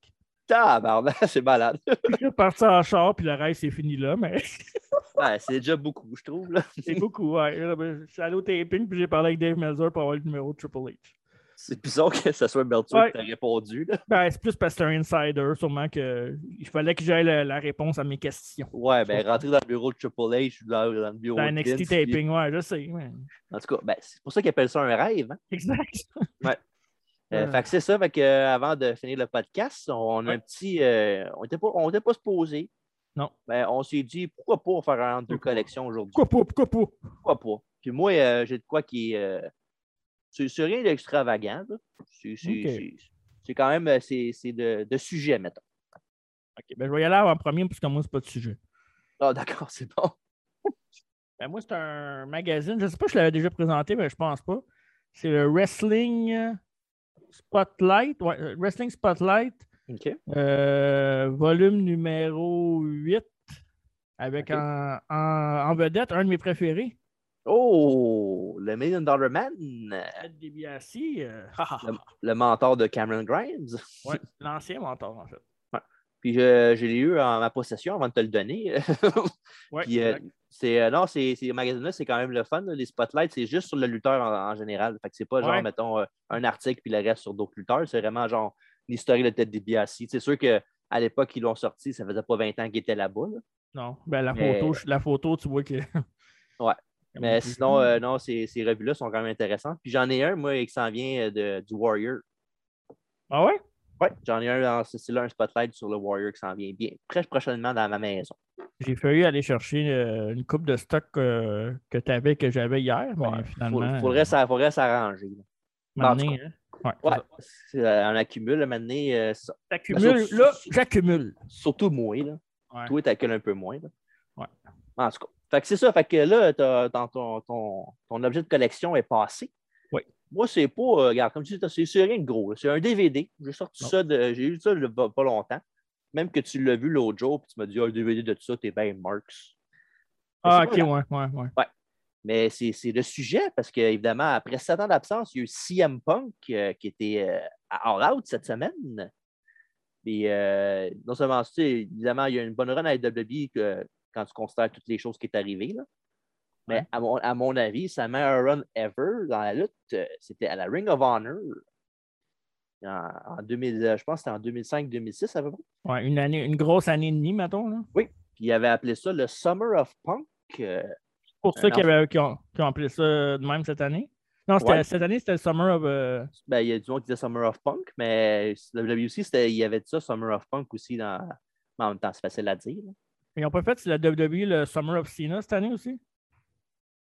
Speaker 1: Tabarnak, c'est malade.
Speaker 2: Puis je suis parti en char, puis le reste, c'est fini là. Mais
Speaker 1: Ouais, c'est déjà beaucoup, je trouve. là.
Speaker 2: c'est beaucoup, ouais. Là, ben, Je suis allé au taping, puis j'ai parlé avec Dave Melzer pour avoir le numéro de Triple H.
Speaker 1: C'est bizarre que ce soit Meltzer
Speaker 2: Ouais.
Speaker 1: qui t'a répondu. Là.
Speaker 2: Ben, c'est plus parce que c'est un insider, sûrement, que il fallait que j'aille la, la réponse à mes questions.
Speaker 1: Ouais, ben
Speaker 2: comprends.
Speaker 1: rentrer dans le bureau de Triple H ou dans, dans le bureau
Speaker 2: Dans
Speaker 1: de
Speaker 2: NXT
Speaker 1: Vince, puis-
Speaker 2: taping, ouais, je sais. ouais.
Speaker 1: En tout cas, ben, c'est pour ça qu'ils appellent ça un rêve. hein.
Speaker 2: Exact.
Speaker 1: Euh,
Speaker 2: Ouais.
Speaker 1: Fait que c'est ça, fait que, euh, avant de finir le podcast, on a un petit. euh, on n'était pas, on était pas se poser.
Speaker 2: Non.
Speaker 1: Ben, on s'est dit pourquoi pas faire un entre deux
Speaker 2: Pourquoi pas?
Speaker 1: collections aujourd'hui.
Speaker 2: Pourquoi pas? Pourquoi pas?
Speaker 1: Pourquoi pas? Puis moi, euh, j'ai de quoi qui. euh, c'est c'est rien d'extravagant. là. C'est c'est-
Speaker 2: Ok.
Speaker 1: c'est- c'est quand même euh, c'est c'est de, de sujet, mettons.
Speaker 2: Ok, ben, je vais y aller en premier, parce que moi, c'est pas de sujet.
Speaker 1: Ah, d'accord, c'est bon.
Speaker 2: Ben, moi, c'est un magazine. Je ne sais pas si je l'avais déjà présenté, mais je pense pas. C'est le Wrestling euh, Spotlight. ouais, euh, Wrestling Spotlight,
Speaker 1: OK.
Speaker 2: euh, volume numéro 8, avec
Speaker 1: Ok.
Speaker 2: en, en- en vedette un de mes préférés,
Speaker 1: Oh, le Million Dollar Man,
Speaker 2: Ted DiBiase, euh,
Speaker 1: Ah,
Speaker 2: ha, ha, ha.
Speaker 1: le mentor de Cameron Grimes.
Speaker 2: Ouais, l'ancien mentor, en fait.
Speaker 1: Puis je, je l'ai eu en ma possession avant de te le donner.
Speaker 2: Ouais,
Speaker 1: Puis, euh,
Speaker 2: exact.
Speaker 1: c'est, euh, non, ces ces magazines-là, c'est quand même le fun. là. Les spotlights, c'est juste sur le lutteur en, en général. Fait que c'est pas genre,
Speaker 2: Ouais.
Speaker 1: mettons, euh, un article puis le reste sur d'autres lutteurs. C'est vraiment genre l'historique de Ted DiBiase. C'est sûr qu'à l'époque, ils l'ont sorti, ça faisait pas 20 ans qu'il était là-bas. là.
Speaker 2: non, ben, la,
Speaker 1: mais-
Speaker 2: photo, je- la photo, tu vois que.
Speaker 1: Ouais, Mais
Speaker 2: Comment-
Speaker 1: sinon, euh, non, ces, ces revues-là sont quand même intéressantes. Puis j'en ai un, moi, qui s'en vient euh, de, du Warrior.
Speaker 2: Ah ouais?
Speaker 1: Ouais, j'en ai un dans ce style-là, un spotlight sur le Warrior qui s'en vient bien très prochainement dans ma maison.
Speaker 2: J'ai failli aller chercher euh, une coupe de stock euh, que tu avais, que j'avais hier, mais
Speaker 1: Ouais, Il
Speaker 2: finalement. euh,
Speaker 1: faudrait s'a- faudrait s'arranger. là.
Speaker 2: m'amener,
Speaker 1: en
Speaker 2: hein. Ouais,
Speaker 1: Ouais, c'est, euh, on accumule là, maintenant. euh, sur-
Speaker 2: T'accumules,
Speaker 1: Surtout-
Speaker 2: là, j'accumule.
Speaker 1: surtout moi. Là.
Speaker 2: Ouais.
Speaker 1: Toi, t'accules un peu moins. là.
Speaker 2: Ouais.
Speaker 1: En tout cas. Fait que c'est ça. Fait que là, t'as- dans ton, ton, ton objet de collection est passé.
Speaker 2: Oui.
Speaker 1: Moi, c'est pas. euh, regarde, comme tu dis, c'est- c'est rien de gros. là. C'est un DVD. J'ai sorti
Speaker 2: Non.
Speaker 1: ça de- J'ai eu ça le- pas pas longtemps. Même que tu l'as vu l'autre jour, puis tu m'as dit Ah, un DVD de ça, t'es bien Marx. Mais
Speaker 2: Ah,
Speaker 1: c'est
Speaker 2: ok,
Speaker 1: pas
Speaker 2: ouais,
Speaker 1: grave.
Speaker 2: ouais, ouais.
Speaker 1: Mais c'est c'est le sujet, parce que évidemment, après sept ans d'absence, il y a eu CM Punk euh, qui était euh, à All Out cette semaine. Et euh, non seulement ça, évidemment, il y a une bonne run à WWE que- quand tu considères toutes les choses qui est arrivée. là. Mais
Speaker 2: Ouais.
Speaker 1: à, mon, à mon avis, sa meilleure run ever dans la lutte, euh, c'était à la Ring of Honor. En, en 2000, euh, je pense que c'était en 2005-2006 à peu près.
Speaker 2: Ouais, une, année, une grosse année et demie, mettons. là.
Speaker 1: Puis il avait appelé ça le Summer of Punk. euh,
Speaker 2: Pour
Speaker 1: Un
Speaker 2: ceux qui, avaient, qui, ont, qui ont appelé ça de même cette année. Non, c'était-
Speaker 1: Ouais.
Speaker 2: cette année, c'était le Summer of. euh,
Speaker 1: Ben, il y a du monde qui disait Summer of Punk, mais WWC, c'était- il y avait de ça, Summer of Punk aussi dans. mais en même temps, c'est facile à dire. là.
Speaker 2: ils n'ont pas fait la WWE le Summer of Cena cette année aussi?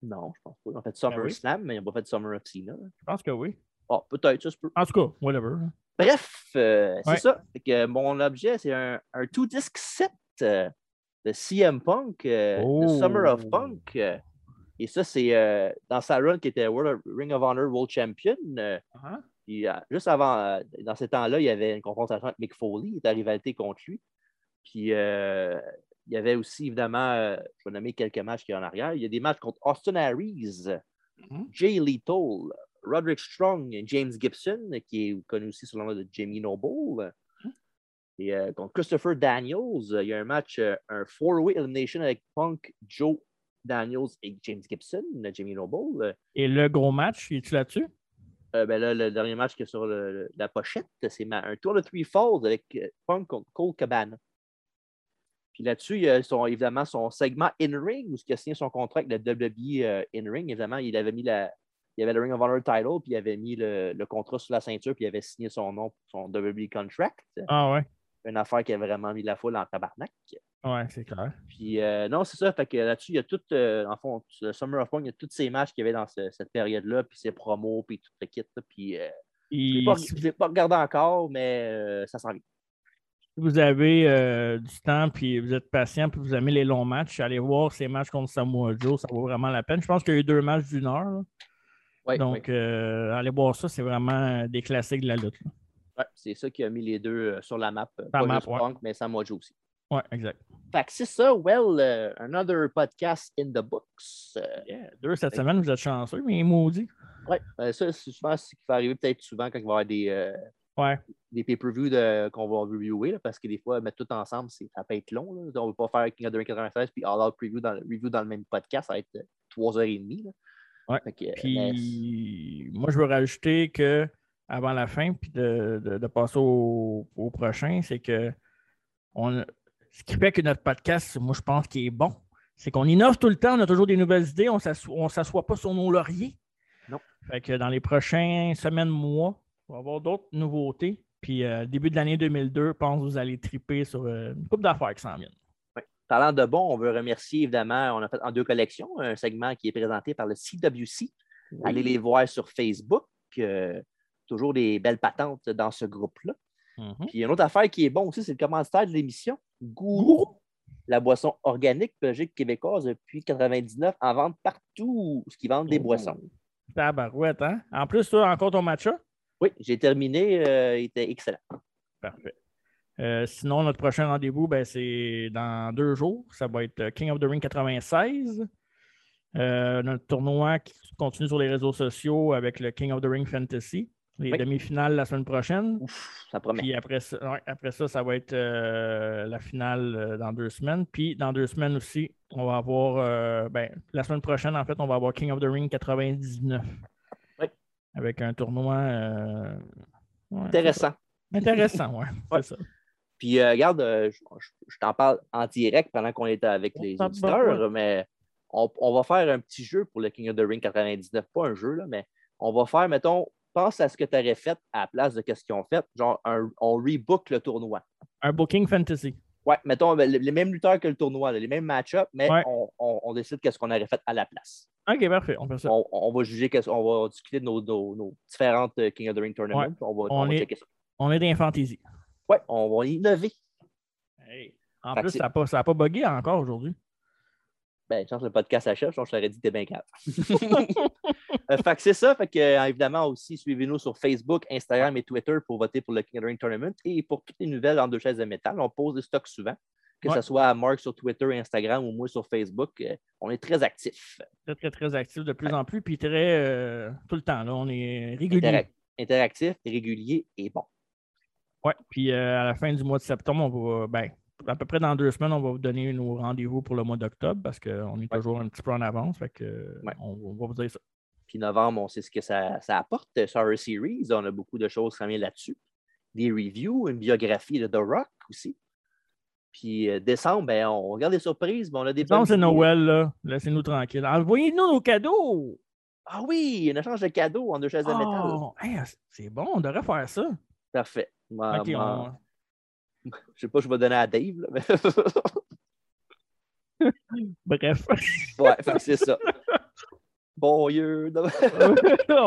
Speaker 1: Non, je pense pas. Ils ont fait Summer
Speaker 2: Ben oui.
Speaker 1: Slam, mais ils n'ont pas fait Summer of Cena. là.
Speaker 2: Je pense que oui.
Speaker 1: Ah, peut-être, ça se peut.
Speaker 2: En tout cas, whatever. là.
Speaker 1: Bref, euh, c'est
Speaker 2: Ouais.
Speaker 1: ça. Fait que mon objet, c'est un, un two-disc set euh, de CM Punk, euh, de Summer of
Speaker 2: Oh.
Speaker 1: Punk. euh, et ça, c'est euh, dans sa run qui était World- Ring of Honor World Champion. euh,
Speaker 2: Ah,
Speaker 1: Puis, euh, juste avant, euh, dans ce temps-là, il y avait une confrontation avec Mick Foley, il était en rivalité contre lui. Puis euh, il y avait aussi, évidemment, euh, je vais nommer quelques matchs qu'il y a en arrière. Il y a des matchs contre Austin Harries,
Speaker 2: Mhm.
Speaker 1: Jay Lethal, Roderick Strong, et James Gibson, qui est connu aussi sous le nom de Jamie Noble. Et euh, contre Christopher Daniels, euh, il y a un match, euh, un four-way elimination avec Punk, Joe Daniels et James Gibson, euh, Jamie Noble.
Speaker 2: Et le gros match, es-tu là-dessus?
Speaker 1: Euh, ben là, le dernier match qui est sur le- le- la pochette, c'est ma- un tour de three falls avec euh, Punk contre Cole Cabana. Puis Puis là-dessus, il y a son, évidemment son segment in-ring, où il a signé son contrat avec le WWE euh, in-ring. Évidemment, il avait mis la, il avait le Ring of Honor title, puis il avait mis le, le contrat sur la ceinture, puis il avait signé son nom pour son WWE contract.
Speaker 2: Ah ouais.
Speaker 1: Une affaire qui a vraiment mis la foule en tabarnak.
Speaker 2: Ouais, c'est clair.
Speaker 1: Puis euh, non, c'est ça. Fait que là-dessus, il y a tout, euh, en fond, le Summer of Punk, il y a tous ces matchs qu'il y avait dans ce- cette période-là, puis ses promos, puis tout le kit. là, Puis euh, je
Speaker 2: Et
Speaker 1: ne
Speaker 2: si
Speaker 1: l'ai pas regardé encore, mais euh, ça s'en vient.
Speaker 2: vous avez euh, du temps, puis vous êtes patient, puis vous aimez les longs matchs, allez voir ces matchs contre Samoa Joe, ça vaut vraiment la peine. Je pense qu'il y a eu deux matchs d'une heure. là.
Speaker 1: Ouais,
Speaker 2: Donc, euh, allez voir ça, c'est vraiment des classiques de la lutte. là.
Speaker 1: ouais. c'est ça qui a mis les deux euh, sur la map. Pas
Speaker 2: map,
Speaker 1: juste
Speaker 2: ouais.
Speaker 1: Punk, mais Samoa Joe aussi.
Speaker 2: Ouais, exact.
Speaker 1: Fait que c'est ça, well, euh, another podcast in the books. Euh,
Speaker 2: Deux cette semaine, vous êtes chanceux, mais maudit.
Speaker 1: ouais, euh, ça, c'est- je pense que ce qui va arriver peut-être souvent quand il va y avoir des, euh,
Speaker 2: Ouais.
Speaker 1: des pay-per-views de- qu'on va reviewer, là, parce que des fois, mettre tout ensemble, c'est- ça peut être long. là. On ne veut pas faire King of the Ring 96 puis All Out Preview dans, le- review dans le même podcast, ça va être euh, trois heures et demie. là.
Speaker 2: Ouais.
Speaker 1: Fait que, euh, mais-
Speaker 2: Puis moi, je veux rajouter que avant la fin, puis de, de- de passer au, au prochain, c'est que on, ce qui fait que notre podcast, moi, je pense qu'il est bon, c'est qu'on innove tout le temps, on a toujours des nouvelles idées, on s'assoit- on ne s'assoit pas sur nos lauriers.
Speaker 1: Non.
Speaker 2: Fait que dans les prochaines semaines, mois, on va avoir d'autres nouveautés. Puis euh, début de l'année 2002, je pense que vous allez triper sur euh, une coupe d'affaires qui s'en viennent.
Speaker 1: Parlant de bon, on veut remercier évidemment, on a fait en deux collections un segment qui est présenté par le CWC. Allez les voir sur Facebook. euh, toujours des belles patentes dans ce groupe-là.
Speaker 2: Mhm.
Speaker 1: Puis une autre affaire qui est bon aussi, c'est le commanditaire de l'émission. Gourou, la boisson organique biologique québécoise depuis 99 en vente partout, ce qui vendent des
Speaker 2: Oh.
Speaker 1: boissons.
Speaker 2: Tabarouette, hein? En plus, toi, encore ton match-up?
Speaker 1: Oui, j'ai terminé, euh, il était excellent.
Speaker 2: Parfait. Euh, sinon, notre prochain rendez-vous, ben, c'est dans deux jours. Ça va être euh, King of the Ring 96. Euh, notre tournoi qui continue sur les réseaux sociaux avec le King of the Ring Fantasy. Les
Speaker 1: Oui.
Speaker 2: demi-finales la semaine prochaine.
Speaker 1: Ouf, ça promet.
Speaker 2: Puis après ça, ouais, après ça, ça va être euh, la finale euh, dans deux semaines. Puis dans deux semaines aussi, on va avoir, euh, ben, la semaine prochaine, en fait, on va avoir King of the Ring 99.
Speaker 1: Oui.
Speaker 2: Avec un tournoi euh, ouais,
Speaker 1: Intéressant.
Speaker 2: Intéressant, ouais.
Speaker 1: Ouais.
Speaker 2: C'est ça.
Speaker 1: Puis euh, regarde, euh, je, je- je t'en parle en direct pendant qu'on était avec
Speaker 2: Oh,
Speaker 1: les
Speaker 2: ça va,
Speaker 1: auditeurs, mais on, on va faire un petit jeu pour le King of the Ring 99. Pas un jeu, là, mais on va faire, mettons, pense à ce que tu aurais fait à la place de qu'est-ce qu'ils ont fait. Genre, un- on rebook le tournoi.
Speaker 2: Un booking fantasy.
Speaker 1: Ouais, mettons, ben, les les mêmes lutteurs que le tournoi, là, les mêmes match-ups, mais
Speaker 2: Ouais.
Speaker 1: on, on- on décide qu'est-ce qu'on aurait fait à la place.
Speaker 2: Ok, parfait. On fait ça.
Speaker 1: On, on va juger, qu'est-ce- on va discuter de nos, nos- nos différentes euh, King of the Ring tournaments.
Speaker 2: Ouais.
Speaker 1: puis On va,
Speaker 2: On
Speaker 1: on va
Speaker 2: est-
Speaker 1: checker ça.
Speaker 2: On est dans les fantasy.
Speaker 1: Ouais, on va innover.
Speaker 2: En
Speaker 1: Fait que
Speaker 2: plus,
Speaker 1: c'est-
Speaker 2: ça n'a pas, ça a pas bugué encore aujourd'hui.
Speaker 1: Ben, chance le podcast achève, sinon je t'aurais dit que t'es bien calme. Euh, fait que c'est ça. Fait que, euh, évidemment, aussi, suivez-nous sur Facebook, Instagram et Twitter pour voter pour le King of the Ring Tournament et pour toutes les nouvelles en deux chaises de métal. On pose des stocks souvent, que ce
Speaker 2: Ouais.
Speaker 1: soit à Marc sur Twitter, Instagram ou moi sur Facebook. euh, on est très actifs.
Speaker 2: Très, très, très actif de plus en plus, puis très euh, tout le temps. Là, on est régulier.
Speaker 1: Interac- interactifs, réguliers et bon.
Speaker 2: Ouais. Puis euh, à la fin du mois de septembre, on va, ben, à peu près dans deux semaines, on va vous donner nos rendez-vous pour le mois d'octobre parce qu'on est
Speaker 1: Ouais.
Speaker 2: toujours un petit peu en avance. Fait que, euh,
Speaker 1: Ouais.
Speaker 2: on, on va vous dire ça.
Speaker 1: Puis novembre, on sait ce que ça, ça apporte. euh, Sur Horror Series, on a beaucoup de choses qui s'en viennent là-dessus. Des reviews, une biographie de The Rock aussi. Puis euh, décembre, ben, on regarde des surprises, mais on a des
Speaker 2: Décembre,
Speaker 1: bonnes
Speaker 2: c'est
Speaker 1: idées.
Speaker 2: Noël, là. Laissez-nous tranquille. Envoyez-nous nos cadeaux.
Speaker 1: Ah oui, un échange de cadeaux en deux chaises de métal.
Speaker 2: Oh, hey, c'est bon, on devrait faire ça.
Speaker 1: Parfait. Moi,
Speaker 2: Ok,
Speaker 1: moi,
Speaker 2: on-
Speaker 1: Je sais pas, je vais donner à Dave. là, mais- bah.
Speaker 2: Bref.
Speaker 1: ouais, fait que c'est ça. Bon Dieu. Non,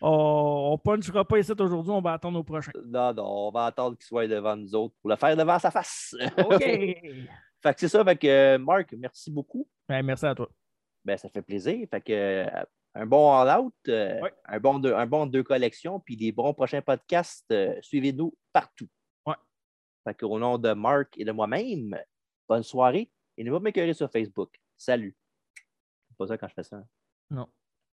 Speaker 2: on, on, on punchera pas ici aujourd'hui, on va attendre au prochain.
Speaker 1: non, non, on va attendre qu'il soit devant nous autres pour le faire devant sa face.
Speaker 2: OK.
Speaker 1: fait que c'est ça. Fait que, euh, Marc, merci beaucoup.
Speaker 2: Ben, merci à toi.
Speaker 1: Ben, ça fait plaisir. Fait que, euh, un bon all-out, euh,
Speaker 2: Ouais.
Speaker 1: un, bon deux, un bon deux collections, puis des bons prochains podcasts. euh, Suivez-nous partout.
Speaker 2: Ouais.
Speaker 1: Fait que, au nom de Marc et de moi-même, bonne soirée et ne pas m'écœurer sur Facebook. Salut. C'est pas ça quand je fais ça. hein.
Speaker 2: Non.